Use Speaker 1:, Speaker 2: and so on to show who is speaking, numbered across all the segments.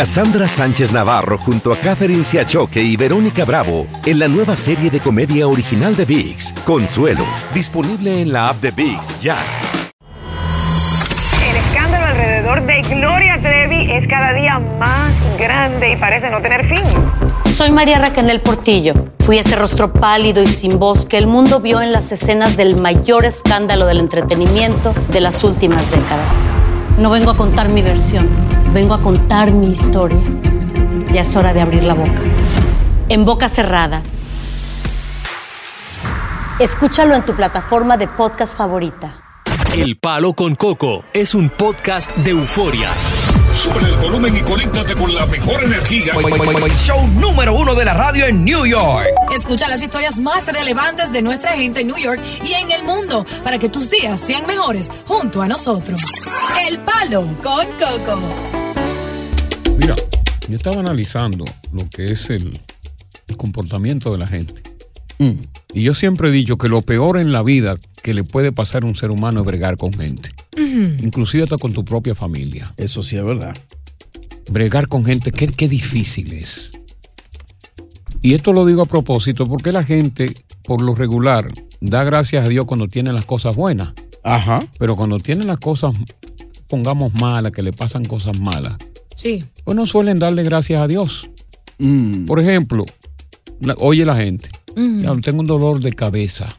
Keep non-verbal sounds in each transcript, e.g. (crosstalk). Speaker 1: Cassandra Sánchez Navarro junto a Catherine Siachoque y Verónica Bravo en la nueva serie de comedia original de VIX, Consuelo, disponible en la app de VIX ya.
Speaker 2: El escándalo alrededor de Gloria Trevi es cada día más grande y parece no tener fin.
Speaker 3: Soy María Raquel Portillo. Fui ese rostro pálido y sin voz que el mundo vio en las escenas del mayor escándalo del entretenimiento de las últimas décadas. No vengo a contar mi versión, vengo a contar mi historia. Ya es hora de abrir la boca. En boca cerrada. Escúchalo en tu plataforma de podcast favorita.
Speaker 4: El Palo con Coco es un podcast de euforia.
Speaker 5: Sube el volumen y conéctate con la mejor energía.
Speaker 6: Show número uno de la radio en New York.
Speaker 7: Escucha las historias más relevantes de nuestra gente en New York y en el mundo para que tus días sean mejores junto a nosotros. El Palo con Coco.
Speaker 8: Mira, yo estaba analizando lo que es el, el comportamiento de la gente.
Speaker 9: Mm.
Speaker 8: Y yo siempre he dicho que lo peor en la vida que le puede pasar a un ser humano es bregar con gente. Inclusive hasta con tu propia familia.
Speaker 9: Eso sí es verdad.
Speaker 8: Bregar con gente, qué, qué difícil es. Y esto lo digo a propósito porque la gente, por lo regular, da gracias a Dios cuando tiene las cosas buenas.
Speaker 9: Ajá.
Speaker 8: Pero cuando tiene las cosas, pongamos malas, que le pasan cosas malas,
Speaker 7: Sí.
Speaker 8: pues no suelen darle gracias a Dios.
Speaker 9: Mm.
Speaker 8: Por ejemplo, la- oye la gente,
Speaker 7: Mm.
Speaker 8: "Ya, tengo un dolor de cabeza.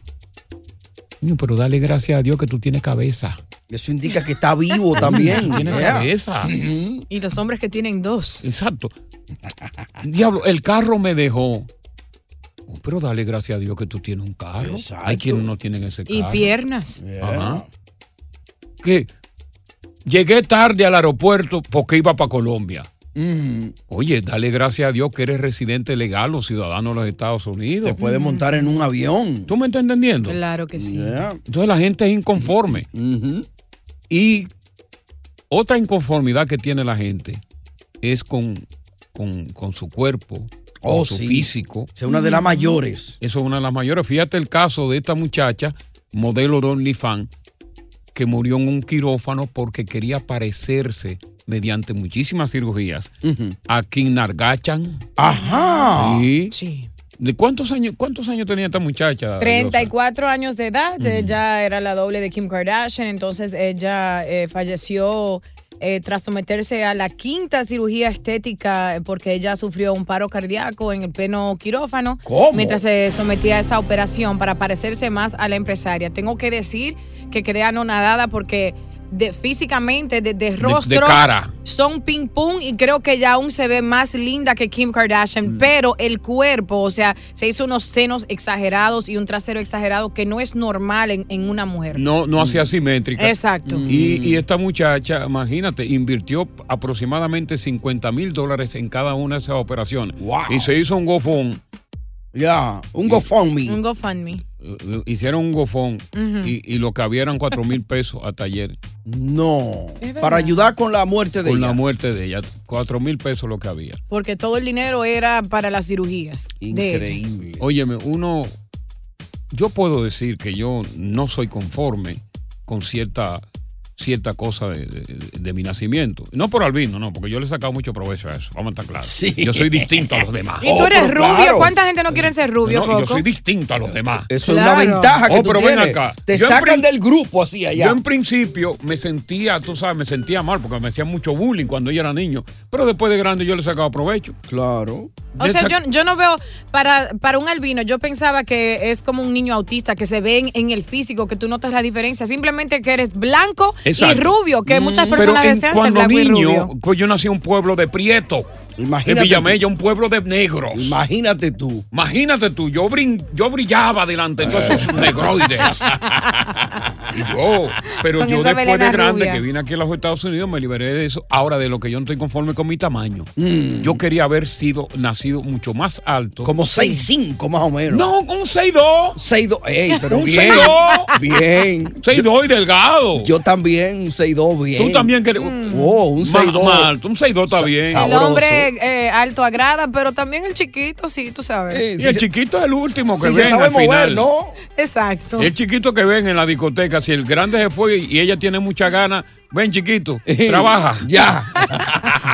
Speaker 8: Niño, Pero dale gracias a Dios que tú tienes cabeza.
Speaker 9: Eso indica que está
Speaker 8: (laughs)
Speaker 9: vivo también.
Speaker 8: Tienes
Speaker 9: Yeah.
Speaker 8: cabeza.
Speaker 7: Y los hombres que tienen dos.
Speaker 8: Exacto. Diablo, el carro me dejó. Oh, Pero dale gracias a Dios que tú tienes un carro.
Speaker 9: Exacto.
Speaker 8: Hay quienes no tienen ese carro.
Speaker 7: Y piernas.
Speaker 9: Yeah.
Speaker 8: Ajá. ¿Qué? Llegué tarde al aeropuerto porque iba para Colombia.
Speaker 9: Mm.
Speaker 8: Oye, dale gracias a Dios que eres residente legal o ciudadano de los Estados Unidos.
Speaker 9: Te puede montar en un avión.
Speaker 8: ¿Tú me estás entendiendo?
Speaker 7: Claro que sí.
Speaker 9: Yeah. Mm-hmm.
Speaker 8: Entonces la gente es inconforme.
Speaker 9: Ujú.
Speaker 8: Y otra inconformidad que tiene la gente es con, con, con su cuerpo,
Speaker 9: Oh,
Speaker 8: con su
Speaker 9: sí.
Speaker 8: físico.
Speaker 9: Es una de las mayores.
Speaker 8: Eso es una de las mayores. Fíjate el caso de esta muchacha, modelo de OnlyFans, que murió en un quirófano porque quería parecerse mediante muchísimas cirugías
Speaker 9: Ujú.
Speaker 8: a Kim Nargachan.
Speaker 9: Ajá.
Speaker 8: Y-
Speaker 7: Sí.
Speaker 8: ¿De cuántos años, cuántos años tenía esta muchacha?
Speaker 10: 34 años de edad, ella era la doble de Kim Kardashian, entonces ella eh, falleció eh, tras someterse a la quinta cirugía estética eh, porque ella sufrió un paro cardíaco en el pleno quirófano
Speaker 9: ¿Cómo?
Speaker 10: mientras se sometía a esa operación para parecerse más a la empresaria. Tengo que decir que quedé anonadada porque de, físicamente, de, de
Speaker 8: Dios?
Speaker 10: rostro,
Speaker 8: De, de cara.
Speaker 10: son ping pong y creo que ya aún se ve más linda que Kim
Speaker 8: Mm.
Speaker 10: Kardashian, pero el cuerpo, o sea, se hizo unos senos exagerados y un trasero exagerado que no es normal en, en una mujer.
Speaker 8: No, no hacía simétrica.
Speaker 10: Exacto.
Speaker 8: Y, y esta muchacha, imagínate, invirtió aproximadamente 50 mil dólares en cada una de esas operaciones.
Speaker 9: Wow.
Speaker 8: Y se hizo un gofón.
Speaker 9: Ya. Un GoFundMe.
Speaker 10: Un GoFundMe.
Speaker 8: eh, Hicieron un gofón
Speaker 10: Mm.
Speaker 8: y, y lo cabieron 4 mil pesos hasta ayer.
Speaker 9: No.
Speaker 10: Es
Speaker 9: Para
Speaker 10: verdad.
Speaker 9: ayudar con la muerte de
Speaker 8: Con la
Speaker 9: ella.
Speaker 8: muerte de ella. 4 mil pesos lo que había.
Speaker 10: Porque todo el dinero era para las cirugías. de ella.
Speaker 9: Increíble.
Speaker 8: Óyeme, uno. Yo puedo decir que yo no soy conforme con cierta, cierta cosa de, de- de mi nacimiento. No por albino, no, porque yo le he sacado mucho provecho a eso. Vamos a estar claros.
Speaker 9: Sí.
Speaker 8: Yo soy distinto a los demás.
Speaker 10: (laughs) Y tú eres
Speaker 9: Otro,
Speaker 10: rubio.
Speaker 9: claro.
Speaker 10: ¿Cuánta gente no quiere ser rubio,
Speaker 8: No, yo
Speaker 10: Coco?
Speaker 8: soy distinto a los demás.
Speaker 9: Eso
Speaker 10: Claro.
Speaker 9: es una ventaja que
Speaker 8: Oh,
Speaker 9: tú
Speaker 8: pero ven
Speaker 9: tienes.
Speaker 8: acá.
Speaker 9: Te
Speaker 8: Yo en
Speaker 9: sacan
Speaker 8: prin-
Speaker 9: del grupo así allá.
Speaker 8: Yo en principio me sentía, tú sabes, me sentía mal porque me hacían mucho bullying cuando yo era niño. Pero después de grande yo le sacaba provecho.
Speaker 9: Claro.
Speaker 10: O
Speaker 8: Le
Speaker 10: sea,
Speaker 8: sac-
Speaker 10: yo, yo no veo, para, para un albino, yo pensaba que es como un niño autista, que se ven en el físico, que tú notas la diferencia, simplemente que eres blanco y
Speaker 8: Exacto. Mm.
Speaker 10: rubio, que eh, muchas
Speaker 8: Pero
Speaker 10: personas
Speaker 8: en-
Speaker 10: desean ser
Speaker 8: cuando
Speaker 10: blanco y
Speaker 8: niño,
Speaker 10: rubio.
Speaker 8: pues yo nací en un pueblo de prieto. En
Speaker 9: Imagínate.
Speaker 8: Villamella, un pueblo de negros.
Speaker 9: tú. Imagínate tú. Eh.
Speaker 8: Imagínate tú, yo, brin- yo brillaba delante de todos esos negroides.
Speaker 9: (laughs)
Speaker 8: Y yo, pero
Speaker 10: Con
Speaker 8: yo
Speaker 10: esa
Speaker 8: después de
Speaker 10: melena
Speaker 8: grande
Speaker 10: rubia.
Speaker 8: que vine aquí a los Estados Unidos me liberé de eso. Ahora, de lo que yo no estoy conforme con mi tamaño. Yo quería haber sido, nacido mucho más alto.
Speaker 9: Mm. Como 6'5 más o menos.
Speaker 8: No, un 6'2.
Speaker 9: 6'2. Ey, pero
Speaker 8: Un
Speaker 9: bien.
Speaker 8: 6'2.
Speaker 9: Bien.
Speaker 8: 6'2 y delgado.
Speaker 9: Yo también, un 6'2 bien.
Speaker 8: Tú también querías.
Speaker 9: Oh, un 6'2.
Speaker 8: Un 6'2 está
Speaker 9: Sa-
Speaker 8: bien.
Speaker 9: sa-
Speaker 10: El
Speaker 9: Sabroso.
Speaker 10: hombre eh, alto agrada, pero también el chiquito, sí, tú sabes.
Speaker 9: Eh,
Speaker 8: Y
Speaker 9: si
Speaker 8: el
Speaker 9: se-
Speaker 8: chiquito es el último que
Speaker 9: si
Speaker 8: ven
Speaker 9: se sabe
Speaker 8: al
Speaker 9: mover,
Speaker 8: final.
Speaker 9: ¿no?
Speaker 10: Exacto.
Speaker 8: El chiquito que ven en la discoteca, si el grande se fue y ella tiene mucha gana, Ven, chiquito, trabaja. (laughs)
Speaker 9: Ya.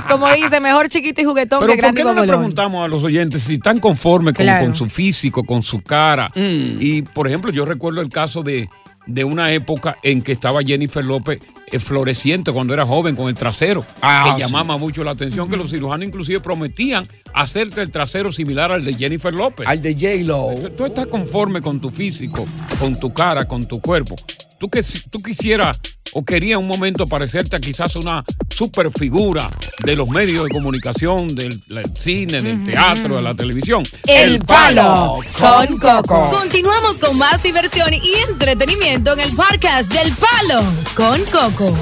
Speaker 10: Como dice, mejor chiquito y juguetón
Speaker 8: Pero
Speaker 10: que
Speaker 8: ¿por
Speaker 10: grande
Speaker 8: qué
Speaker 10: y
Speaker 8: no le
Speaker 10: bobolón.
Speaker 8: preguntamos a los oyentes si están conformes con,
Speaker 10: Claro.
Speaker 8: con su físico, con su cara?
Speaker 9: Mm.
Speaker 8: Y, por ejemplo, yo recuerdo el caso de, de una época en que estaba Jennifer López eh, floreciente cuando era joven con el trasero,
Speaker 9: Ah,
Speaker 8: que
Speaker 9: sí.
Speaker 8: llamaba mucho la atención, que los cirujanos inclusive prometían hacerte el trasero similar al de Jennifer López.
Speaker 9: Al de J-Lo.
Speaker 8: Tú estás conforme con tu físico, con tu cara, con tu cuerpo. Tú que tú quisieras o querías un momento parecerte a quizás una super figura de los medios de comunicación, del, del cine, del teatro, de la televisión.
Speaker 7: El Palo
Speaker 9: con Coco.
Speaker 7: Continuamos con más diversión y entretenimiento en el podcast del Palo con Coco.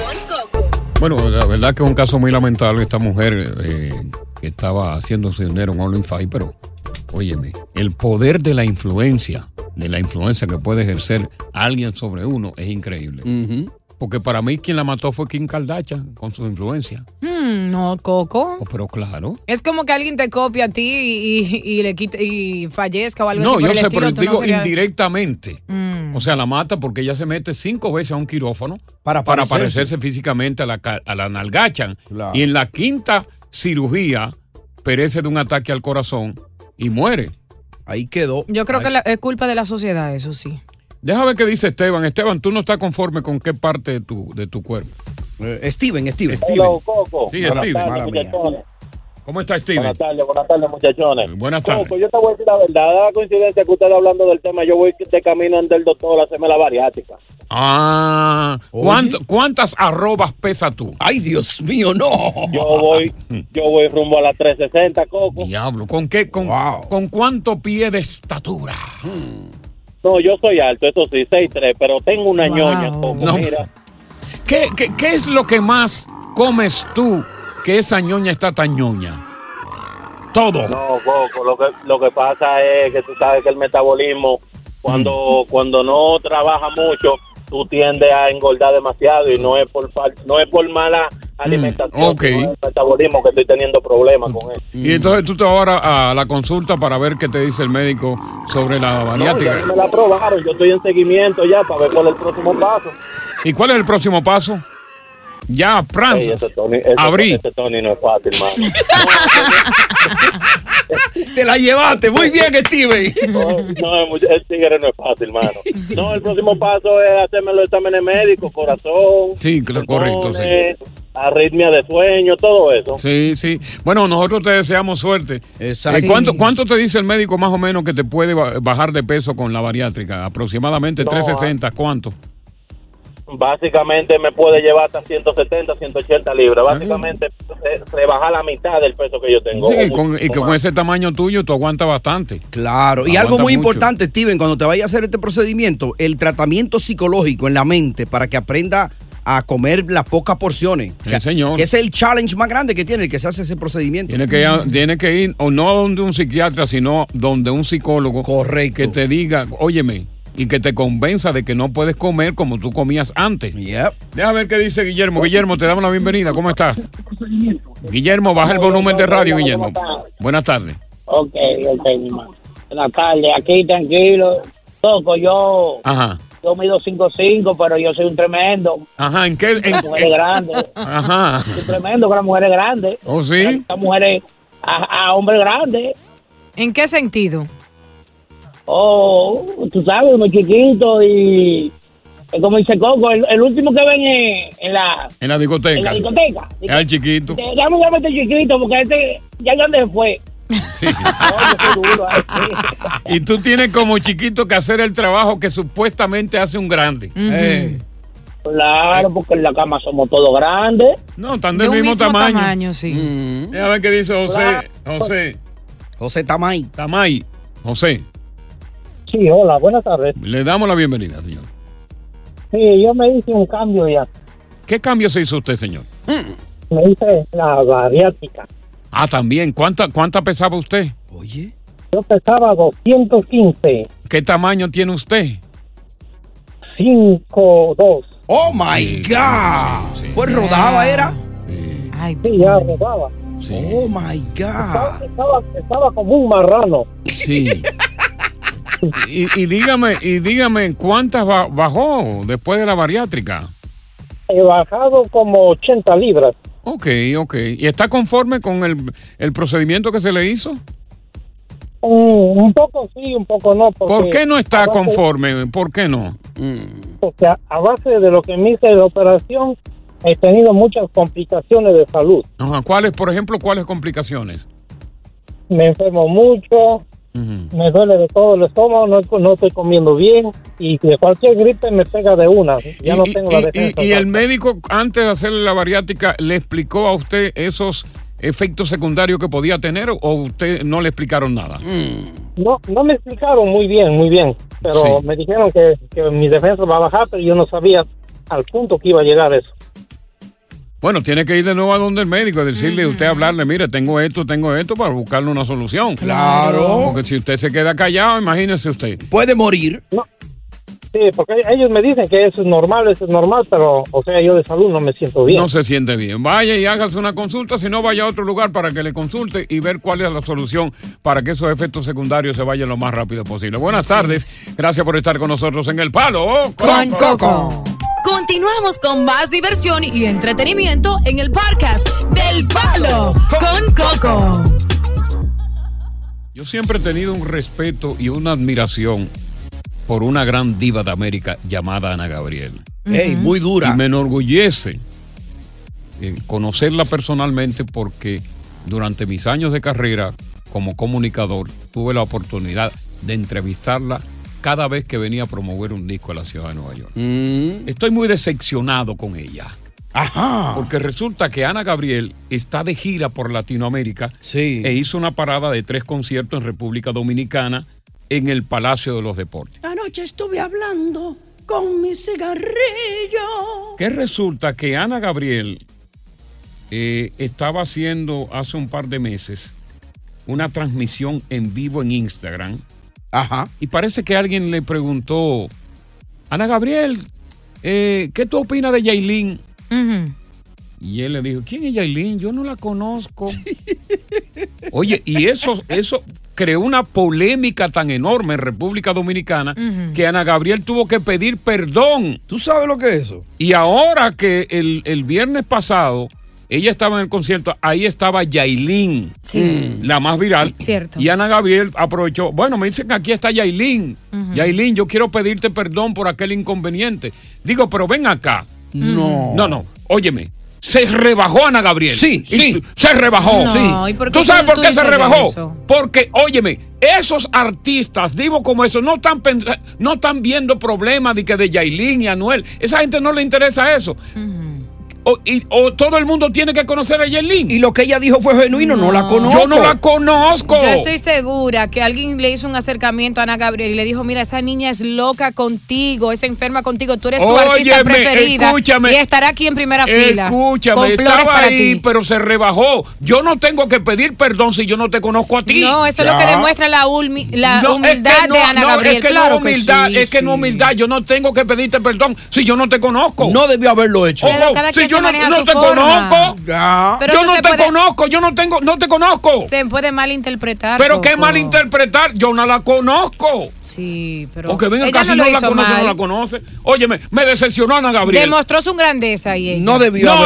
Speaker 8: Bueno, la verdad que es un caso muy lamentable esta mujer eh, que estaba haciéndose dinero en OnlyFans, pero óyeme, el poder de la influencia, de la influencia que puede ejercer alguien sobre uno es increíble. Porque para mí quien la mató fue Kim Kardashian con su influencia.
Speaker 10: Mm, no, Coco.
Speaker 8: Oh, pero claro.
Speaker 10: Es como que alguien te copia a ti y, y- y le quita y fallezca o algo
Speaker 8: No,
Speaker 10: así. por
Speaker 8: yo
Speaker 10: el
Speaker 8: sé,
Speaker 10: estilo,
Speaker 8: pero
Speaker 10: tú
Speaker 8: digo
Speaker 10: no serías-
Speaker 8: indirectamente.
Speaker 10: Mm.
Speaker 8: O sea, la mata porque ella se mete cinco veces a un quirófano
Speaker 9: Para parecerse.
Speaker 8: parecerse físicamente a la, ca- a la nalgachan.
Speaker 9: Claro.
Speaker 8: Y en la quinta cirugía perece de un ataque al corazón y muere.
Speaker 9: Ahí quedó.
Speaker 10: Yo creo que la- es culpa de la sociedad, eso sí.
Speaker 8: Déjame ver qué dice Esteban. Esteban, tú no estás conforme con qué parte de tu, de tu cuerpo.
Speaker 9: Eh, Steven, Steven.
Speaker 8: Steven.
Speaker 11: Coco.
Speaker 8: Sí,
Speaker 9: Mala-
Speaker 8: Steven.
Speaker 9: mala mía.
Speaker 11: Muchachones.
Speaker 8: ¿Cómo está Steven?
Speaker 11: Buenas tardes, buenas tardes, muchachones.
Speaker 8: Eh, buenas tardes.
Speaker 11: Coco, yo te voy a decir la verdad. Da la coincidencia que ustedes hablando del tema, yo voy de camino ante el doctor a hacerme la bariátrica.
Speaker 8: Ah,
Speaker 9: Oye.
Speaker 8: ¿cuánt- ¿cuántas arrobas pesa tú?
Speaker 9: Ay, Dios mío, no.
Speaker 11: Yo voy yo voy rumbo a las 360, Coco.
Speaker 8: Diablo, ¿con qué? ¿Con,
Speaker 9: Wow.
Speaker 8: ¿con cuánto pie de estatura?
Speaker 11: No, yo soy alto, eso sí, 6'3", pero tengo una
Speaker 10: Wow.
Speaker 11: ñoña, Coco.
Speaker 8: No.
Speaker 11: Mira,
Speaker 8: ¿Qué, qué, qué es lo que más comes tú que esa ñoña está tan ñoña? Todo.
Speaker 11: no, Coco, lo que, lo que pasa es que tú sabes que el metabolismo, cuando,
Speaker 8: Mm.
Speaker 11: cuando no trabaja mucho, tú tiendes a engordar demasiado y no es por fal- no es por mala alimentación,
Speaker 8: Mm. ok.
Speaker 11: sino es el metabolismo que estoy teniendo problemas con eso.
Speaker 8: Y entonces tú te vas ahora a la consulta para ver qué te dice el médico sobre la
Speaker 11: No, ya
Speaker 8: bariátrica.
Speaker 11: me la aprobaron, yo estoy en seguimiento ya para ver cuál es el próximo paso.
Speaker 8: ¿Y cuál es el próximo paso? Ya,
Speaker 11: Ey,
Speaker 8: Francis.
Speaker 11: ese Tony, ese-
Speaker 8: Abrí.
Speaker 11: ese Tony no es fácil, mano.
Speaker 9: Te la llevaste. Muy bien, Steven.
Speaker 11: No, no, el- el tigre no es fácil, mano. No, el próximo paso es hacerme los exámenes médicos, corazón.
Speaker 8: Sí, cl- correcto, sí.
Speaker 11: pulmones, Arritmia de sueño, todo eso.
Speaker 8: Sí, sí. Bueno, nosotros te deseamos suerte.
Speaker 9: Exacto.
Speaker 8: ¿Y ¿Cuánto, ¿Cuánto te dice el médico más o menos que te puede ba- bajar de peso con la bariátrica? Aproximadamente
Speaker 11: No,
Speaker 8: 360, ¿cuánto?
Speaker 11: Básicamente me puede llevar hasta 170, 180 libras.
Speaker 8: Ah.
Speaker 11: Básicamente re- rebajar la mitad del peso que yo tengo.
Speaker 8: Sí,
Speaker 11: o
Speaker 8: y, con,
Speaker 11: mucho
Speaker 8: y que
Speaker 11: más.
Speaker 8: con ese tamaño tuyo tú aguantas bastante.
Speaker 9: Claro, y
Speaker 8: Aguanta
Speaker 9: algo muy
Speaker 8: mucho.
Speaker 9: importante, Steven, cuando te vayas a hacer este procedimiento, el tratamiento psicológico en la mente para que aprenda a comer las pocas porciones.
Speaker 8: Sí,
Speaker 9: Que-
Speaker 8: señor.
Speaker 9: Que es el challenge más grande que tiene el que se hace ese procedimiento.
Speaker 8: Tiene que, ir- tiene que ir, o no a donde un psiquiatra, sino donde un psicólogo.
Speaker 9: Correcto.
Speaker 8: Que te diga, óyeme, y que te convenza de que no puedes comer como tú comías antes.
Speaker 9: Yep.
Speaker 8: Déjame ver qué dice Guillermo. Guillermo, te damos la bienvenida. ¿Cómo estás? Guillermo, baja el volumen de radio, Guillermo. Buenas tardes.
Speaker 11: Ok, ok, mi hermano. Buenas tardes, aquí tranquilo. Toco, yo,
Speaker 8: Ajá.
Speaker 11: yo mido 5'5", pero yo soy un tremendo.
Speaker 8: Ajá, ¿en qué? en-
Speaker 11: Las mujeres
Speaker 8: en-
Speaker 11: grandes.
Speaker 8: ajá.
Speaker 11: Soy tremendo con las mujeres grandes.
Speaker 8: ¿Oh, sí?
Speaker 11: Estas mujeres a, a hombres grandes.
Speaker 10: ¿En qué sentido?
Speaker 11: O, oh, tú sabes, muy chiquito y... es Como dice Coco, el, el último que ven en,
Speaker 8: En
Speaker 11: en la,
Speaker 8: la
Speaker 11: en la
Speaker 8: discoteca.
Speaker 11: discoteca.
Speaker 8: Es al chiquito.
Speaker 11: Dice, Dame, dame este chiquito, porque este ya grande se fue.
Speaker 8: Sí.
Speaker 11: No, yo soy duro, ay, sí.
Speaker 8: Y tú tienes como chiquito que hacer el trabajo que supuestamente hace un grande.
Speaker 9: Eh,
Speaker 11: (laughs) Claro, porque en la cama somos todos grandes.
Speaker 8: No, están
Speaker 10: De
Speaker 8: del
Speaker 10: un
Speaker 8: mismo, tamaño.
Speaker 10: sí.
Speaker 9: mm,
Speaker 8: Déjame ver qué dice José. José.
Speaker 9: José Tamay.
Speaker 8: Tamay. José.
Speaker 11: Sí, hola, buenas tardes.
Speaker 8: Le damos la bienvenida, señor.
Speaker 11: Sí, yo me hice un cambio ya.
Speaker 8: ¿Qué cambio se hizo usted, señor?
Speaker 11: Me hice la bariátrica.
Speaker 8: Ah, también. ¿Cuánta, cuánta pesaba usted?
Speaker 9: Oye.
Speaker 11: Yo pesaba 215,
Speaker 8: ¿Qué tamaño tiene usted?
Speaker 11: 5'2".
Speaker 9: Oh my
Speaker 8: Sí,
Speaker 9: God.
Speaker 8: sí, sí.
Speaker 9: Pues rodaba era.
Speaker 8: Eh,
Speaker 10: Ay,
Speaker 11: Sí, ya rodaba.
Speaker 8: sí.
Speaker 9: Oh my God.
Speaker 11: Estaba, estaba como un marrano.
Speaker 8: Sí. Y, y dígame, y dígame, ¿cuántas ba- bajó después de la bariátrica?
Speaker 12: He bajado como 80 libras.
Speaker 8: Ok, ok. ¿Y está conforme con el, el procedimiento que se le hizo?
Speaker 12: Un, un poco sí, un poco no. porque
Speaker 8: ¿Por qué no
Speaker 12: a
Speaker 8: está
Speaker 12: base-
Speaker 8: conforme? ¿Por qué no? Mm,
Speaker 12: Porque a, a base de lo que me hice de operación, he tenido muchas complicaciones de salud.
Speaker 8: ajá. ¿Cuáles, por ejemplo, cuáles complicaciones?
Speaker 12: Me enfermo mucho,
Speaker 8: Ujú.
Speaker 12: me duele de todo el estómago, no, no estoy comiendo bien y de cualquier gripe me pega de una. Ya
Speaker 8: Y-
Speaker 12: no
Speaker 8: y-
Speaker 12: tengo la
Speaker 8: y-
Speaker 12: defensa.
Speaker 8: y, y el médico, antes de hacerle la bariátrica, ¿le explicó a usted esos efectos secundarios que podía tener o usted no le explicaron nada?
Speaker 9: Mm.
Speaker 12: No, no me explicaron muy bien, muy bien, pero
Speaker 8: Sí.
Speaker 12: me dijeron que, que mi defensa va a bajar, pero yo no sabía al punto que iba a llegar eso.
Speaker 8: Bueno, tiene que ir de nuevo a donde el médico, decirle,
Speaker 9: Mm.
Speaker 8: usted hablarle, mire, tengo esto, tengo esto, para buscarle una solución.
Speaker 12: Claro.
Speaker 8: Porque si usted se queda callado, imagínese usted.
Speaker 9: Puede morir.
Speaker 12: Sí, porque ellos me dicen que eso es normal, eso es normal, pero, o sea, yo de salud no me siento bien.
Speaker 8: No se siente bien. Vaya y hágase una consulta, si no vaya a otro lugar para que le consulte y ver cuál es la solución para que esos efectos secundarios se vayan lo más rápido posible. Buenas tardes, gracias por estar con nosotros en El Palo. Oh, Con Coco.
Speaker 7: Continuamos con más diversión y entretenimiento en el podcast del Palo con Coco.
Speaker 8: Yo siempre he tenido un respeto y una admiración por una gran diva de América llamada Ana Gabriel.
Speaker 9: Ey, Ujú. muy dura.
Speaker 8: Y me enorgullece eh, conocerla personalmente porque durante mis años de carrera como comunicador tuve la oportunidad de entrevistarla cada vez que venía a promover un disco a la ciudad de Nueva York.
Speaker 9: Mm.
Speaker 8: Estoy muy decepcionado con ella. Ajá. Porque resulta que Ana Gabriel está de gira por Latinoamérica e hizo una parada de tres conciertos en República Dominicana en el Palacio de los Deportes.
Speaker 13: Anoche estuve hablando con mi cigarrillo.
Speaker 8: Que resulta que Ana Gabriel eh, estaba haciendo hace un par de meses una transmisión en vivo en Instagram. Ajá. Y parece que alguien le preguntó, Ana Gabriel, eh, ¿qué tú opinas de Yailin? Y él le dijo, ¿quién es Yailin? Yo no la conozco. (laughs) Oye, y eso, eso creó una polémica tan enorme en República Dominicana
Speaker 14: Ujú.
Speaker 8: que Ana Gabriel tuvo que pedir perdón.
Speaker 9: ¿Tú sabes lo que es eso?
Speaker 8: Y ahora que el, el viernes pasado ella estaba en el concierto, ahí estaba Yailin,
Speaker 9: Mm.
Speaker 10: Sí.
Speaker 8: la más viral.
Speaker 10: Cierto.
Speaker 8: Y Ana Gabriel aprovechó, bueno, me dicen que aquí está Yailin. Yailin, yo quiero pedirte perdón por aquel inconveniente. Digo, pero ven acá.
Speaker 9: No.
Speaker 8: No, no, óyeme. Se rebajó Ana Gabriel.
Speaker 9: Sí,
Speaker 8: Y
Speaker 9: sí.
Speaker 8: tú- Se rebajó.
Speaker 9: No, Sí. ¿y por qué
Speaker 8: ¿Tú sabes
Speaker 9: tú-
Speaker 8: por
Speaker 9: tú
Speaker 8: qué se
Speaker 9: dices
Speaker 8: rebajó?
Speaker 9: eso?
Speaker 8: Porque, óyeme, esos artistas, digo como eso, no están, pens- no están viendo problemas de que de Yailin y Anuel. Esa gente no le interesa eso. O, y- o todo el mundo tiene que conocer a Yailin. Y
Speaker 9: lo que ella dijo fue genuino, no, la conozco.
Speaker 8: Yo no la conozco.
Speaker 10: Yo estoy segura que alguien le hizo un acercamiento a Ana Gabriel y le dijo, mira, esa niña es loca contigo, es enferma contigo, tú eres su artista
Speaker 8: Óyeme,
Speaker 10: preferida
Speaker 8: escúchame.
Speaker 10: y estará aquí en primera fila. con
Speaker 8: Escúchame,
Speaker 10: flores
Speaker 8: estaba
Speaker 10: para
Speaker 8: ahí,
Speaker 10: ti.
Speaker 8: pero se rebajó. Yo no tengo que pedir perdón si yo no te conozco a ti.
Speaker 10: No, eso es lo que demuestra la, ulmi- la
Speaker 8: No, es que
Speaker 10: humildad
Speaker 8: no,
Speaker 10: de Ana
Speaker 8: no,
Speaker 10: Gabriel.
Speaker 8: Es que
Speaker 10: Claro
Speaker 8: no humildad,
Speaker 10: sí,
Speaker 8: es que no
Speaker 10: sí.
Speaker 8: humildad. Yo no tengo que pedirte perdón si yo no te conozco.
Speaker 9: No debió haberlo hecho.
Speaker 10: Pero cada
Speaker 8: si
Speaker 10: quien
Speaker 8: yo
Speaker 10: se
Speaker 8: no,
Speaker 10: maneja
Speaker 8: no
Speaker 10: a su
Speaker 8: te
Speaker 10: forma.
Speaker 8: conozco,
Speaker 10: Pero
Speaker 8: yo
Speaker 10: eso
Speaker 8: no
Speaker 10: se
Speaker 8: te
Speaker 10: puede-
Speaker 8: conozco, yo no tengo, no te conozco.
Speaker 10: Se puede malinterpretar.
Speaker 8: pero qué
Speaker 10: Coco.
Speaker 8: malinterpretar, yo no la conozco.
Speaker 10: Sí, pero.
Speaker 8: Porque venga,
Speaker 10: ella
Speaker 8: casi
Speaker 10: no lo
Speaker 8: no, la
Speaker 10: hizo
Speaker 8: conoce,
Speaker 10: mal.
Speaker 8: no la conoce. Óyeme, me decepcionó Ana Gabriel.
Speaker 10: Demostró su grandeza y ella.
Speaker 8: no,